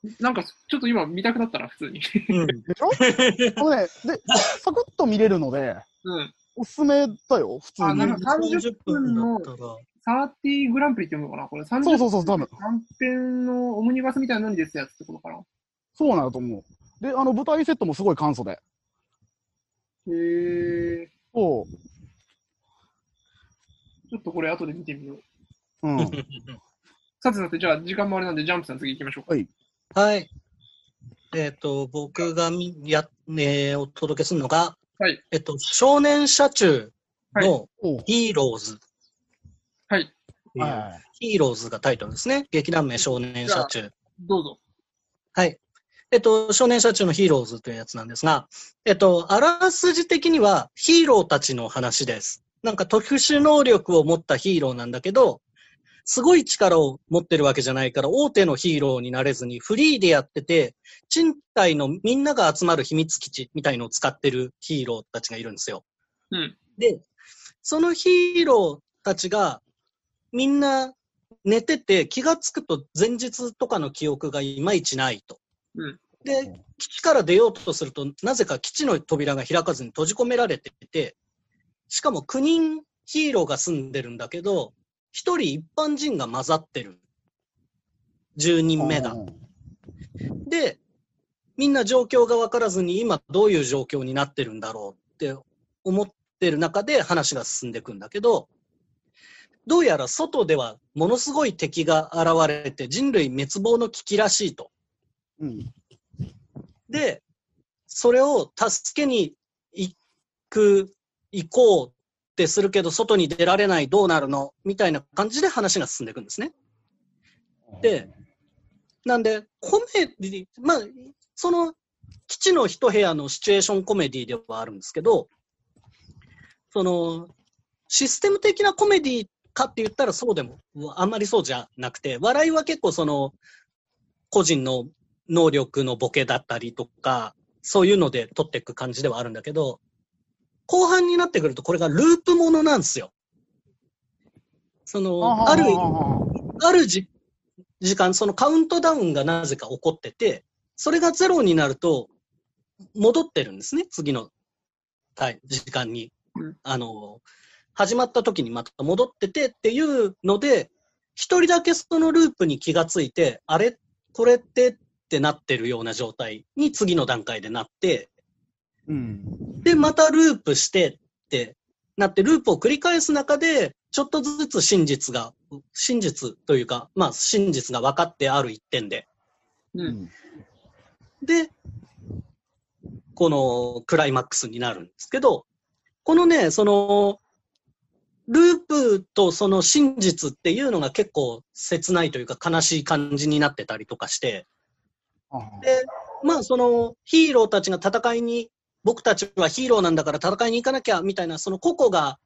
E: う。
D: なんか、ちょっと今見たくなったな、普通に。
C: うん。
E: で
D: [LAUGHS]
E: しょあのね、で、サクッと見れるので、
D: うん。
E: おすすめだよ、普通
D: あなる
E: に
D: ほ。30分の
C: だったら、
D: 30グランプリって読むのかなこれ30
E: そうそうそう、多分。
D: 短編のオムニバスみたいなのに出てたやつってことかな
E: そうなんだと思う。で、あの、舞台セットもすごい簡素で。
D: へえ。
E: そ
D: ちょっとこれ後で見てみよう。
E: う。うん。
D: さてさて、じゃあ時間もあれなんで、ジャンプさん次行きましょうか。
C: はい。えっ、と、僕がみや、ね、お届けするのが、
D: はい。
C: えっと、少年社中の
E: おう
C: ヒーローズ。
D: はい。
E: は
C: ヒーローズがタイトルですね。劇団名少年社中。
D: どうぞ。
C: はい。えっと、少年社中のヒーローズというやつなんですが、えっと、あらすじ的にはヒーローたちの話です。なんか特殊能力を持ったヒーローなんだけど、すごい力を持ってるわけじゃないから大手のヒーローになれずにフリーでやってて、賃貸のみんなが集まる秘密基地みたいのを使ってるヒーローたちがいるんですよ。
D: うん。
C: で、そのヒーローたちが、みんな寝てて、気がつくと前日とかの記憶がいまいちないと。
D: うん
C: で、基地から出ようとすると、なぜか基地の扉が開かずに閉じ込められてて、しかも9人ヒーローが住んでるんだけど、1人一般人が混ざってる。10
E: い。
C: 人目が
E: う。ん
C: で、みんな状況が分からずに今どういう状況になってるんだろうって思ってる中で話が進んでいくんだけど、どうやら外ではものすごい敵が現れて人類滅亡の危機らしいと。
E: うん。
C: で、それを助けに行く、行こうってするけど、外に出られない、どうなるのみたいな感じで話が進んでいくんですね。で、なんで、コメディ、まあ、その、基地の一部屋のシチュエーションコメディではあるんですけど、その、システム的なコメディかって言ったらそうでも、あんまりそうじゃなくて、笑いは結構その、個人の能力のボケだったりとか、そういうので取っていく感じではあるんだけど、後半になってくるとこれがループものなんですよ。その、ある意味、あるじ時間、そのカウントダウンがなぜか起こってて、それがゼロになると、戻ってるんですね、次の、はい、時間に
D: うん。
C: あの、始まった時にまた戻っててっていうので、一人だけそのループに気がついて、あれこれってってなってるような状態に次の段階でなって、
E: うん。
C: で、またループしてってなって、ループを繰り返す中で、ちょっとずつ真実が、真実というか、まあ、真実が分かってある一点で。
D: う。
E: うんん。
C: で、このクライマックスになるんですけど、このね、その、ループとその真実っていうのが結構切ないというか悲しい感じになってたりとかして、
E: ああ
C: で、まあそのヒーローたちが戦いに、僕たちはヒーローなんだから戦いに行かなきゃみたいな、その個々が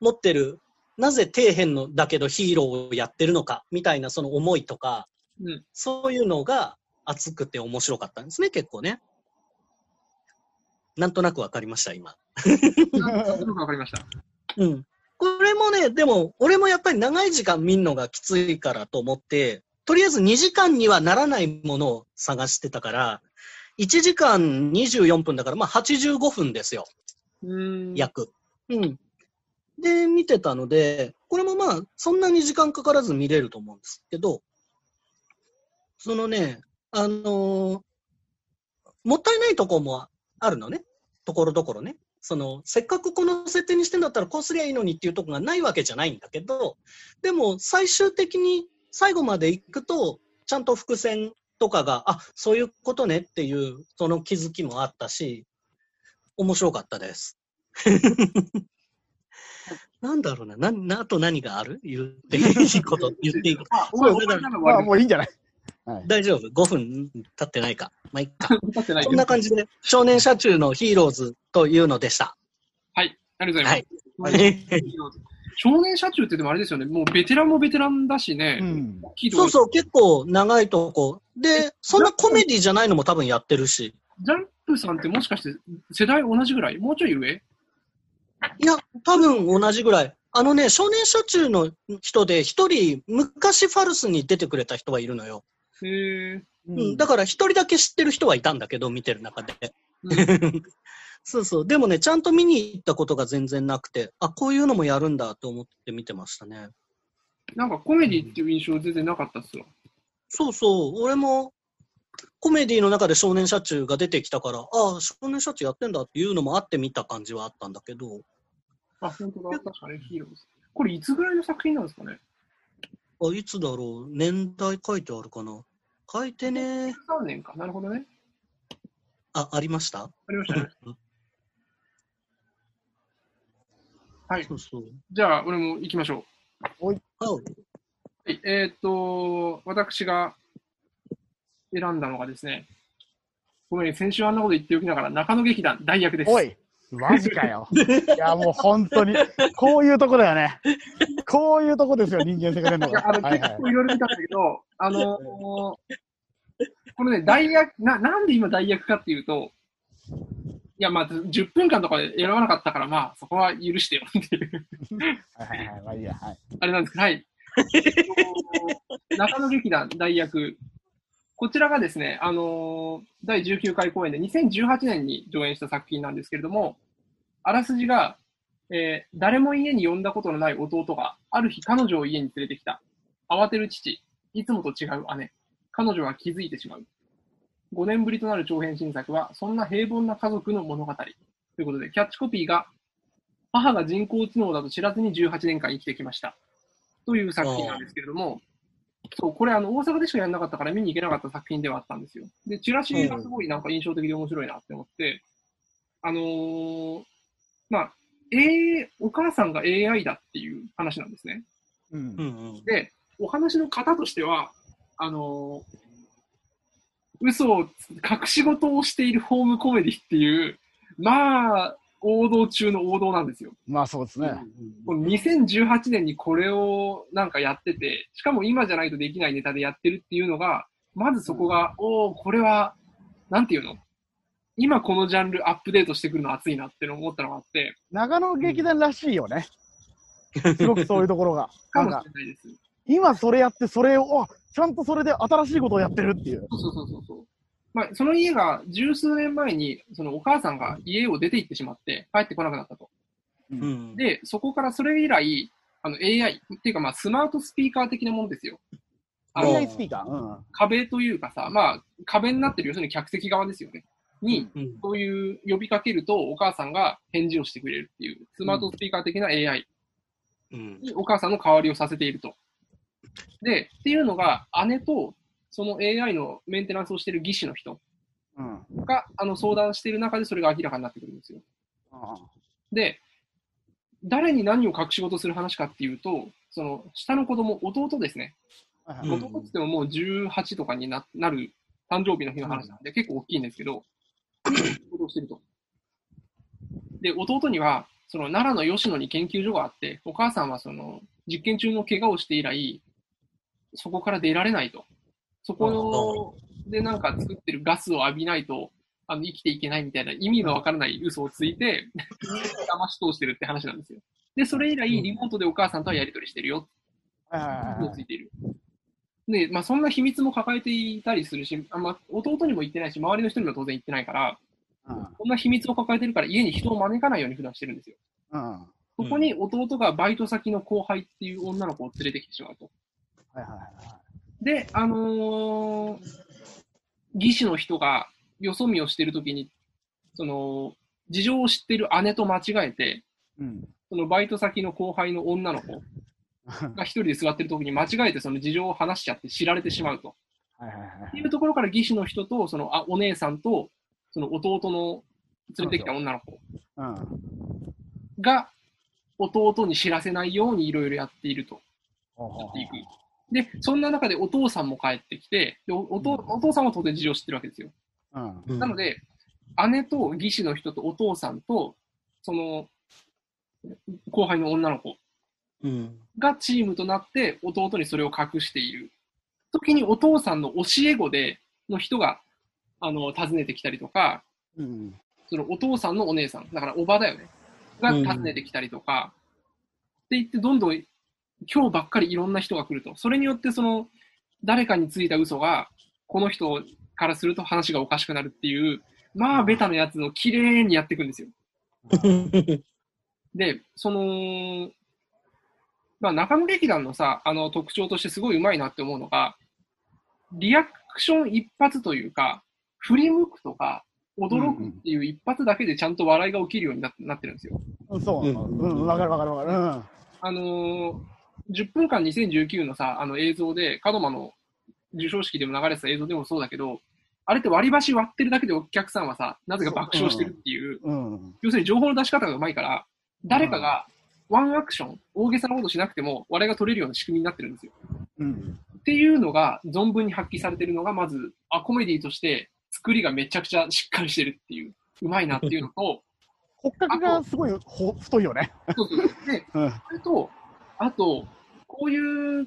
C: 持ってる、なぜ底辺のだけどヒーローをやってるのかみたいなその思いとか、
D: うん
C: そういうのが熱くて面白かったんですね、結構ね。なんとなくわかりました、今。
D: なんとなくわかりました。
C: うん。これもね、でも、俺もやっぱり長い時間見るのがきついからと思って、とりあえず2時間にはならないものを探してたから、1時間24分だから、まあ85分ですよ、
D: うーん。
C: 約。うん。で、見てたので、これもまあ、そんなに時間かからず見れると思うんですけど、そのね、あのーもったいないとこもあるのね。ところどころね。その、せっかくこの設定にしてんだったらこうすりゃいいのにっていうとこがないわけじゃないんだけど、でも最終的に最後まで行くと、ちゃんと伏線とかが、あ、そういうことねっていう、その気づきもあったし、面白かったです。なんだろうな、な、な、あと何がある言っていいこと、言っていいこと。
D: あ、終わり終わりなの終
E: ま
D: わ
E: あ、
D: り
E: もういいんじゃない
C: 大丈夫 ?5 分経ってないか。まあ、いっか。
D: 立ってないけど
C: こんな感じで、少年社中のヒーローズというのでした。
D: はい。ありがとうございま
C: は
D: す。
C: い。
D: 少年社中ってでもあれですよね。もうベテランもベテランだしね。
E: うん。
D: 大きいとこ
C: そうそう、結構長いとこ。で、そんなコメディじゃないのも多分やってるし。
D: ジャンプさんってもしかして世代同じぐらいもうちょい上
C: いや、多分同じぐらい。あのね、少年社中の人で一人、昔ファルスに出てくれた人はいるのよ。
D: へえ。
E: う
C: うん、だから一人だけ知ってる人はいたんだけど、見てる中で。
D: う
C: [LAUGHS] そうそう。でもね、ちゃんと見に行ったことが全然なくて、あ、こういうのもやるんだと思って見てましたね。
D: なんかコメディっていう印象全然なかったっすわ。
C: そうそう、俺もコメディの中で少年社中が出てきたから、ああ、少年社中やってんだっていうのもあって見た感じはあったんだけど、
D: あ、本当だ。確かね、ヒーローズ。これいつぐらいの作品なんですかね
C: あいつだろう、年代書いてあるかな。書いてね
D: ?3 年か。なるほどね。
C: あ、ありました
D: ありましたね。はい
C: そ。うそう。
D: じゃあ、俺も行きましょう。
C: あ
D: はい、えーっと、私が選んだのがですね、ごめん、先週あんなこと言っておきながら、中野劇団代役です。
E: おい、マジかよ。いや、もう本当に、こういうとこだよね。こういうとこですよ、人間性が出るの
D: い
E: が。
D: やあの、
E: はいは
D: 結
E: い。
D: 構いろいろ見たんだけど、あのーこれね、代役な、なんで今代役かっていうと、いや、まあ、10分間とかで選ばなかったから、まあ、そこは許してよっていう。
E: はいはいはい、まあいいや、はい。
D: あれなんですけど、
E: [LAUGHS]
D: はい。えっと中野劇団代役。こちらがですね、あのー第19回公演で2018年に上演した作品なんですけれども、あらすじが、えー誰も家に呼んだことのない弟が、ある日彼女を家に連れてきた。慌てる父、いつもと違う姉。彼女は気づいてしまう。5年ぶりとなる長編新作は、そんな平凡な家族の物語。ということで、キャッチコピーが、母が人工知能だと知らずに18年間生きてきました。という作品なんですけれども、そう、これあの、大阪でしかやらなかったから見に行けなかった作品ではあったんですよ。で、チラシがすごいなんか印象的で面白いなって思って、あのーまあ、A、お母さんが AI だっていう話なんですね。
E: うん
C: う。んうん。
D: で、お話の方としては、あのー嘘をつ、隠し事をしているホームコメディっていう、まあ、王道中の王道なんですよ。
E: まあそうですね。
D: この2018年にこれをなんかやってて、しかも今じゃないとできないネタでやってるっていうのが、まずそこが、おおこれは、なんていうの今このジャンルアップデートしてくるの熱いなってのを思ったのがあって、
E: 長野劇団らしいよね。すごくそういうところが。
D: かも
E: なん
D: し
E: か、
D: れないです。
E: 今それやって、それを、あちゃんとそれで新しいことをやってるっていう。
D: そうそうそうそうそう。まあ、その家が十数年前に、そのお母さんが家を出て行ってしまって、帰ってこなくなったと。
C: うん。
D: で、そこからそれ以来、あの AI、っていうかまあスマートスピーカー的なものですよ。あの
E: AI スピーカー。うん。
D: 壁というかさ、まあ壁になってる、要するに客席側ですよね。に、
C: うん
D: そういう呼びかけるとお母さんが返事をしてくれるっていう、スマートスピーカー的な AI
C: うん。
D: にお母さんの代わりをさせていると。で、っていうのが姉とその AI のメンテナンスをしている技師の人
E: うん。うん
D: があの相談している中でそれが明らかになってくるんですよ。で、誰に何を隠し事する話かっていうと、その下の子供、弟ですね。
E: は
C: う
E: い
C: ん
E: はい
D: 弟って言ってももう18とかにななる誕生日の日の話なんで、結構大きいんですけど、行動してると。で、弟には、その奈良の吉野に研究所があって、お母さんはその実験中の怪我をして以来、そこから出られないと。そこでなんか作ってるガスを浴びないと、あの生きていけないみたいな意味のわからない嘘をついて、騙し通してるって話なんですよ。で、それ以来、リモートでお母さんとはやり取りしてるよ
E: はい
D: も
E: は
D: つ
E: い
D: いている。で、まあ、そんな秘密も抱えていたりするし、あんま弟にも言ってないし、周りの人にも当然言ってないから、
E: うん
D: こんな秘密を抱えてるから家に人を招かないように普段してるんですよ。
E: うんは
D: そこに弟がバイト先の後輩っていう女の子を連れてきてしまうと。
E: いはいは
D: で、あのー技師の人がよそ見をしてるときに、その、事情を知ってる姉と間違えて、
E: い。うん。
D: そのバイト先の後輩の女の子が一人で座ってるときに間違えてその事情を話しちゃって知られてしまうと。
E: はいはいは
D: って
E: い。
D: いうところから義手の人と、そのあお姉さんと、その弟の連れてきた女の子
E: うん。
D: が、弟に知らせないようにいろいろやっていると。
E: ほうほう
D: や
E: ほ
D: っ
E: う
D: ていく。で、そんな中でお父さんも帰ってきて、でおお父お父さんは当然事情を知ってるわけですよ。
E: うん。
C: うん
D: なの、で、姉と義手の人とお父さんと、その、後輩の女の子
C: うん。
D: がチームとなって弟にそれを隠している時にお父さんの教え子での人があの訪ねてきたりとか
E: うん。
D: そのお父さんのお姉さんだからおばだよねが
C: うん
D: 訪ねてきたりとか、って言ってどんどん今日ばっかりいろんな人が来るとそれによってその誰かについた嘘がこの人からすると話がおかしくなるっていうまあベタなやつを綺麗にやっていくんですよ。で、その、まあ、中野劇団のさ、あの特徴としてすごい上手いなって思うのが、リアクション一発というか、振り向くとか、驚くっていう一発だけでちゃんと笑いが起きるようになってなってるんですよ。
E: うんそう。
C: うん
E: うん。わかるわかるわかる。うん。
D: あのー10分間2019のさ、あの映像で、門真の授賞式でも流れてた映像でもそうだけど、あれって割り箸割ってるだけでお客さんはさ、なぜか爆笑してるっていう、
E: うん。
D: 要するに情報の出し方がうまいから、誰かがワンアクション、大げさなことしなくても、笑いが取れるような仕組みになってるんですよ。
E: うん。
D: っていうのが、存分に発揮されてるのが、まず、あ、コメディとして、作りがめちゃくちゃしっかりしてるっていう、うまいなっていうのと、
E: 骨格がすごいほ太いよね。
D: そうそうそうで、
E: うん。
D: それと、あと、こういう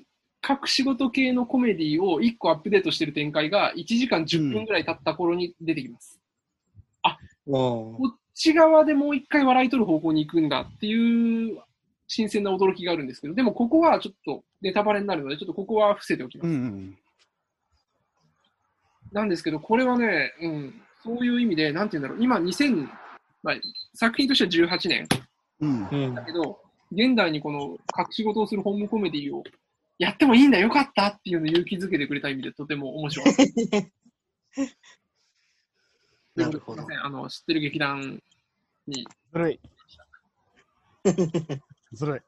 D: 隠し事系のコメディを1個アップデートしてる展開が、1時間10分ぐらい経った頃に出てきます。
C: うん
D: こっち側でもう一回笑い取る方向に行くんだっていう新鮮な驚きがあるんですけど、でもここはちょっとネタバレになるので、ちょっとここは伏せておきます。
E: うん。
D: なんですけど、これはね、うん、そういう意味で、なんて言うんだろう、今2000、まあ、作品としては18年
E: うん。
C: うん
D: だけど、現代にこの隠し事をするホームコメディをやってもいいんだ、よかったっていうのを勇気づけてくれた意味でとても面白い。
C: なるほど
D: すいませ。んあの、知ってる劇団に、
E: ずるい。ずるい。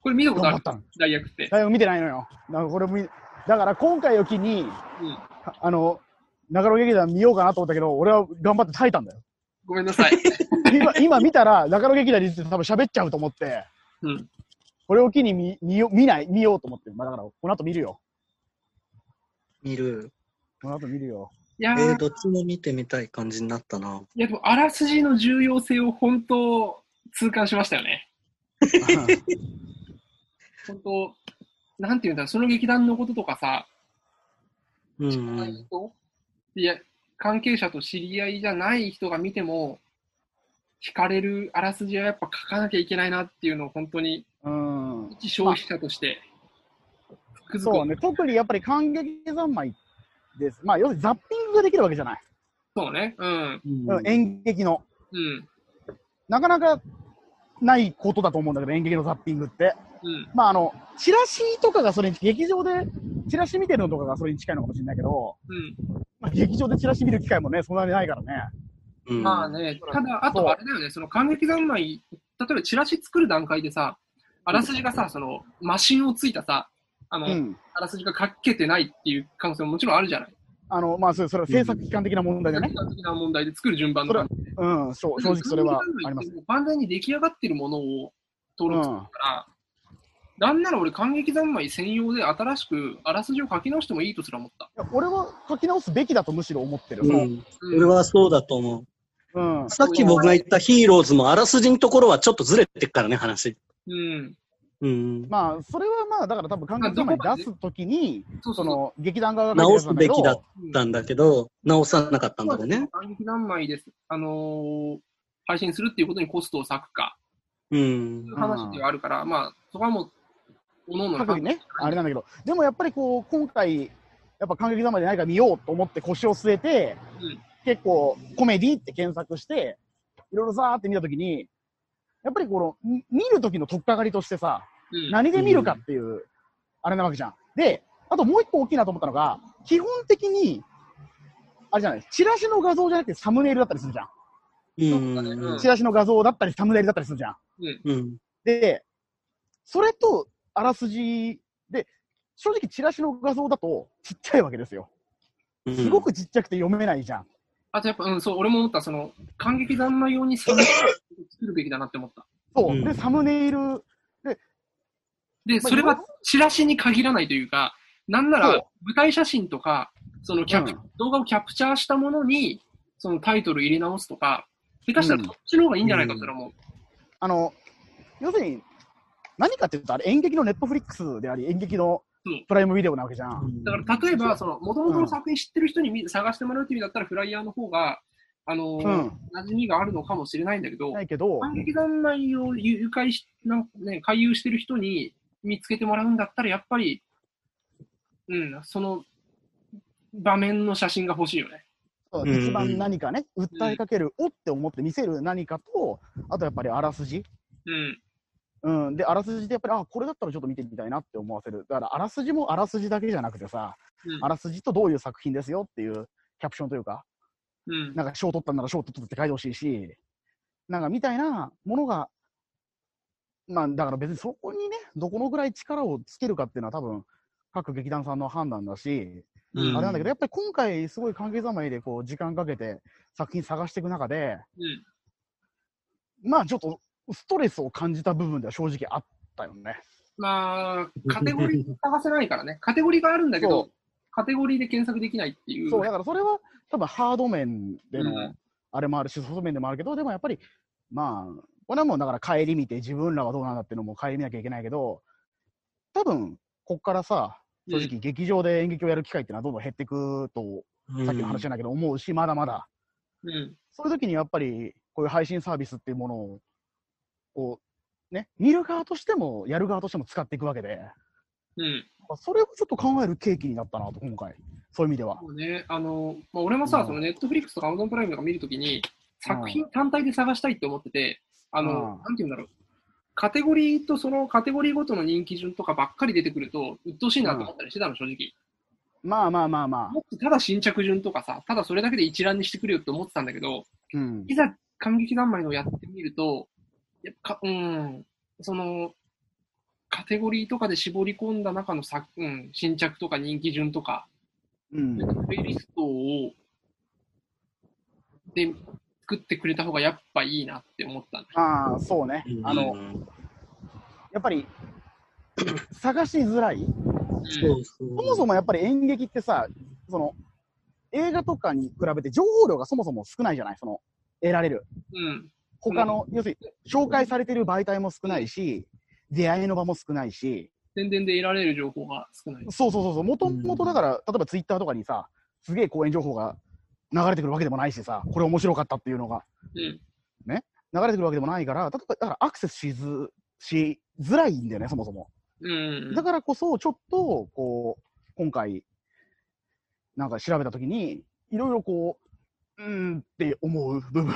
D: これ見たことあ
E: 頑張
D: る
E: ったの。
D: 大役って。
E: 大学見てないのよ。だからこれも見だから今回を機に、
D: うん
E: あの、中野劇団見ようかなと思ったけど、俺は頑張って耐えたんだよ。
D: ごめんな
E: [LAUGHS]
D: さい。 [LAUGHS]
E: 今今見たら、中野劇団について多分喋っちゃうと思って、
D: うん
E: これを機に見見よ見ない、見ようと思ってる。まあ、だから、この後見るよ。
C: 見る。
E: この後見る
D: [LAUGHS]
E: よ。
D: いやー
C: えー、どっちも見てみたい感じになったな。
D: いやでもあらすじの重要性を本当、痛感しましたよね。本当、なんていうんだろう、その劇団のこととかさ、
C: う
D: 知ら
C: ん、う
D: ない
C: ん。
D: 人、いや、関係者と知り合いじゃない人が見ても、惹かれるあらすじはやっぱ書かなきゃいけないなっていうのを本当に、
E: うん。
D: 一消費者として、つくづく、
E: そうね、特にやっぱり感激三昧です。まあ、要するにザッピングができるわけじゃない。
D: そうね、うん、
E: うん、演劇の。
D: うん、
E: なかなかないことだと思うんだけど、演劇のザッピングって。
D: うん、
E: まあ、あの、チラシとかがそれに、劇場でチラシ見てるのとかがそれに近いのかもしれないけど、
D: うん。
E: まあ、劇場でチラシ見る機会もね、そんなにないからね。
C: うん
D: まあね、ただ、あとあれだよね、その感激三昧、例えばチラシ作る段階でさ、あらすじがさ、その、マシンをついたさ、あの、
E: うん。
D: あらすじが書けてないっていう可能性ももちろんあるじゃない。
E: あの、まあ、それそれは制作期間的な問題でね
D: 時。間的な問題で作る順番
E: それ
D: の
E: は。うん、そう正直それはあります。。
D: 万全に出来上がってるものを
E: う
D: 登録する
E: ん。
D: から、なんなら俺、感激三昧専用で新しくあらすじを書き直してもいいとすら思った。
E: 俺は書き直すべきだとむしろ思ってる。
C: う
E: うん。
C: ん、
D: うん
C: 俺はそうだと思
E: うん
C: う。。さっき僕が言ったヒーローズもあらすじのところはちょっとずれてっからね、話。
D: うん。
C: うん。
E: まあ、それはまあ、だから多分、関係
D: まあどこま
E: 者
D: で
E: に出すときに、
D: そうそ
E: そう
D: そう
E: の、劇団側が書い
C: 直
E: て
C: すべきだっ
D: うん
C: たんだけど、直さなかったんだろうね。
D: 感激何枚です、あのー配信するっていうことにコストを割くか、
C: うん
D: そういう。話ではあるから、まあ、そこはもう、おのおの
E: 各自ね、あれなんだけど、でもやっぱりこう、今回、やっぱ感激まで何か見ようと思って腰を据えて、
D: うん
E: 結構コメディって検索して、いろいろざーって見たときに、やっぱりこの、み見るときの取っかかりとしてさ、
D: うん、
E: 何で見るかっていう、あれなわけじゃん。で、あともう一個大きいなと思ったのが、基本的に、あれじゃない、チラシの画像じゃなくてサムネイルだったりするじゃん。
C: うん。
E: チラシの画像だったりサムネイルだったりするじゃん。
C: うん。
E: で、それと、あらすじで、正直チラシの画像だとちっちゃいわけですよ。
C: うん
E: すご。くちっちゃくて読めないじゃん。
D: あとやっぱ、うん、そう、俺も思った、その、感激三昧用にサムネイルを作るべきだなって思った。
E: そう。
C: うん
E: で、サムネイル、
D: で、
E: まあ
D: それ
E: い
D: は
E: ろいろ
D: チラシに限らないというか、なんな
E: そう
D: ら舞台写真とか、そのキャプ、
E: うん
D: 動画をキャプチャーしたものに、そのタイトル入れ直すとか、下手したらそっちの方がいいんじゃないかって思う。
E: あの、要するに、何かって言うと、あれ演劇のネットフリックスであり、演劇の
D: うん
E: プライムビデオなわけじゃん。
D: だから例えば、その、元々の作品知ってる人に見探してもらうっていう意味だったら、フライヤーの方が、あのー、
E: うん
D: 馴染みがあるのかもしれないんだけど、
E: ないけど、
D: 反撃団内を誘誘拐し、なんかね、回遊してる人に見つけてもらうんだったら、やっぱり、うん、その場面の写真が欲しいよね。
E: そう
C: うん
E: 一番何かね、訴えかける、おって思って見せる何かと、あとやっぱりあらすじ。
D: うん。
E: うん、で、あらすじでやっぱり、あ、これだったらちょっと見てみたいなって思わせる。だから、あらすじもあらすじだけじゃなくてさ、
D: うん
E: あらすじとどういう作品ですよっていうキャプションというか、
D: うん。
E: なんか賞取ったんなら賞取ったって書いてほしいし、なんかみたいなものが、まあ、だから別にそこにね、どこのぐらい力をつけるかっていうのは多分、各劇団さんの判断だし、
C: うん
E: あれなんだけど、やっぱり今回すごい関係ざまいでこう、時間かけて作品探していく中で、
D: うん。
E: まあちょっとストレスを感じた部分では正直あったよね。
D: まあ、カテゴリー探せないからね。カテゴリーがあるんだけ
E: そ
D: ど、カテゴリーで検索できないっていう。
E: そう、だからそれは多分ハード面で
D: う
E: の
D: ん、
E: あれもあるし、ソフト面でもあるけど、でもやっぱり、まあ、これはもうだから帰り見て、自分らはどうなんだっていうのも帰り見なきゃいけないけど、多分、こっからさ、正直劇場で演劇をやる機会っていうのはどんどん減ってくと、さっきの話じゃないけど思うし、まだまだ。
D: うん。
E: そういう時にやっぱり、こういう配信サービスっていうものを、こう、ね、見る側としても、やる側としても使っていくわけで、
D: うん。
E: それをちょっと考える契機になったなと、今回。そういう意味では。
D: もうね、あの、まあ、俺もさ、
E: うん
D: そのネットフリックスとかアマゾンプライムとか見るときに、作品単体で探したいって思ってて、あの、
E: うん
D: なんて言うんだろう。カテゴリーとそのカテゴリーごとの人気順とかばっかり出てくると、鬱陶しいなと思ったりしてたの、正直。
E: まあまあまあまあ
D: も。っとただ新着順とかさ、ただそれだけで一覧にしてくれよって思ってたんだけど、
E: うん
D: い。ざ感激三昧のをやってみると、やっぱ、うん、その、カテゴリーとかで絞り込んだ中の作、うん、新着とか人気順とか、
E: うん。
D: プレイリストを、で、作ってくれた方がやっぱいいなって思ったんだ。
E: ああ、そうね。あの、、やっぱり、 [CLEARS THROAT] 探しづらい。
C: そうそう。
E: そもそもやっぱり演劇ってさ、その、映画とかに比べて情報量がそもそも少ないじゃないその、得られる。
D: うん。
E: 他の、要するに、紹介されてる媒体も少ないし、出会いの場も少ないし、
D: 宣伝で得られる情報が少ない。
E: そうそうそうそう、もともとだから、例えばツイッターとかにさ、すげえ公演情報が流れてくるわけでもないしさ、これ面白かったっていうのが
D: うん。
E: 流れてくるわけでもないから、例えば、だからアクセスしず、しづらいんだよね、そもそも。
D: うん。
E: だからこそ、ちょっと、こう、今回、なんか調べたときに、いろいろこう、うーんって思う部分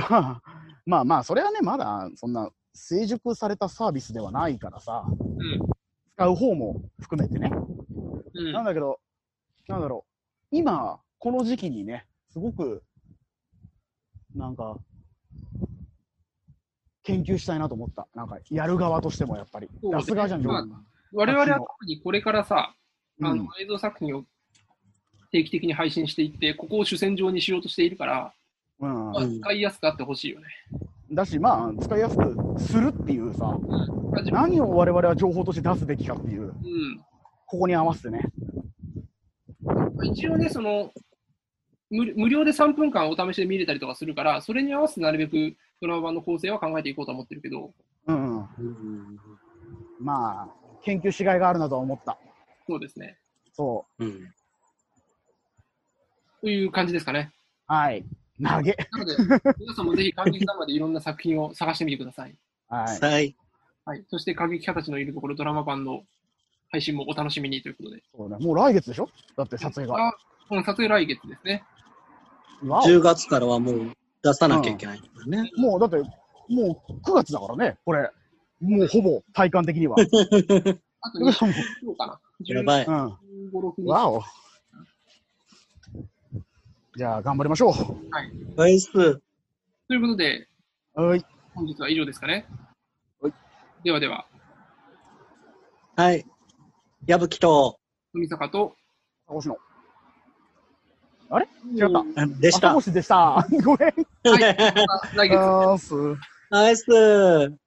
E: は、まあまあ、それはね、まだ、そんな、成熟されたサービスではないからさ、
D: ん
E: 使う方も含めてね。
D: うん
E: なんだけど、なんだろう、今、この時期にね、すごく、なんか、研究したいなと思った。なんか、やる側としてもやっぱり
D: そう。ね
E: さすがじゃん、ジョー君
D: 我々は特にこれからさ、
E: うん
D: あの映像作品を定期的に配信していって、ここを主戦場にしようとしているから、
E: うん
D: まあ使いやすくあってほしいよね。
E: だし、まあ、使いやすくするっていうさ、
D: まあ自分
E: 何を我々は情報として出すべきかっていう、
D: うん
E: ここに合わせてね。
D: まあ一応ね、その無無料で3分間お試しで見れたりとかするから、それに合わせてなるべくドラマ版の構成は考えていこうと思ってるけど、
E: うん、うん。
C: うん
E: まあ、研究しがいがあるなとは思った。
D: そうですね。
E: そ
C: うん
D: という感じですかね。
E: う。はい。投げ。
D: なの
E: [LAUGHS]
D: で、皆さんもぜひ感激までいろんな作品を探してみてください。
E: はい。
C: はい。
D: はい、そして、過激派たちのいるところ、ドラマ版の配信もお楽しみにということで。
E: そうだね。もう来月でしょだって撮影が。
D: あうん撮影来月ですね。
E: わお
C: 10月からはもう出さなきゃいけないからね。
E: もうだって、もう9月だからね、これ。もうほぼ体感的には。
D: あと2週
E: う
D: 間かな。
C: やばい。
E: ん。
D: 15、6日。
E: わお。じゃあ、頑張りましょ
C: ナイス。
D: ということで、
E: う。はい。
D: 本日は以上ですかね。
E: はい
D: ではでは、
C: はい。矢吹と、
D: 富坂と、
E: 星野。あれ違った。
C: あでし
E: 赤
C: た。
E: 星でした。ごめん。
D: はい、また来月。
E: あーす。
C: ナイス。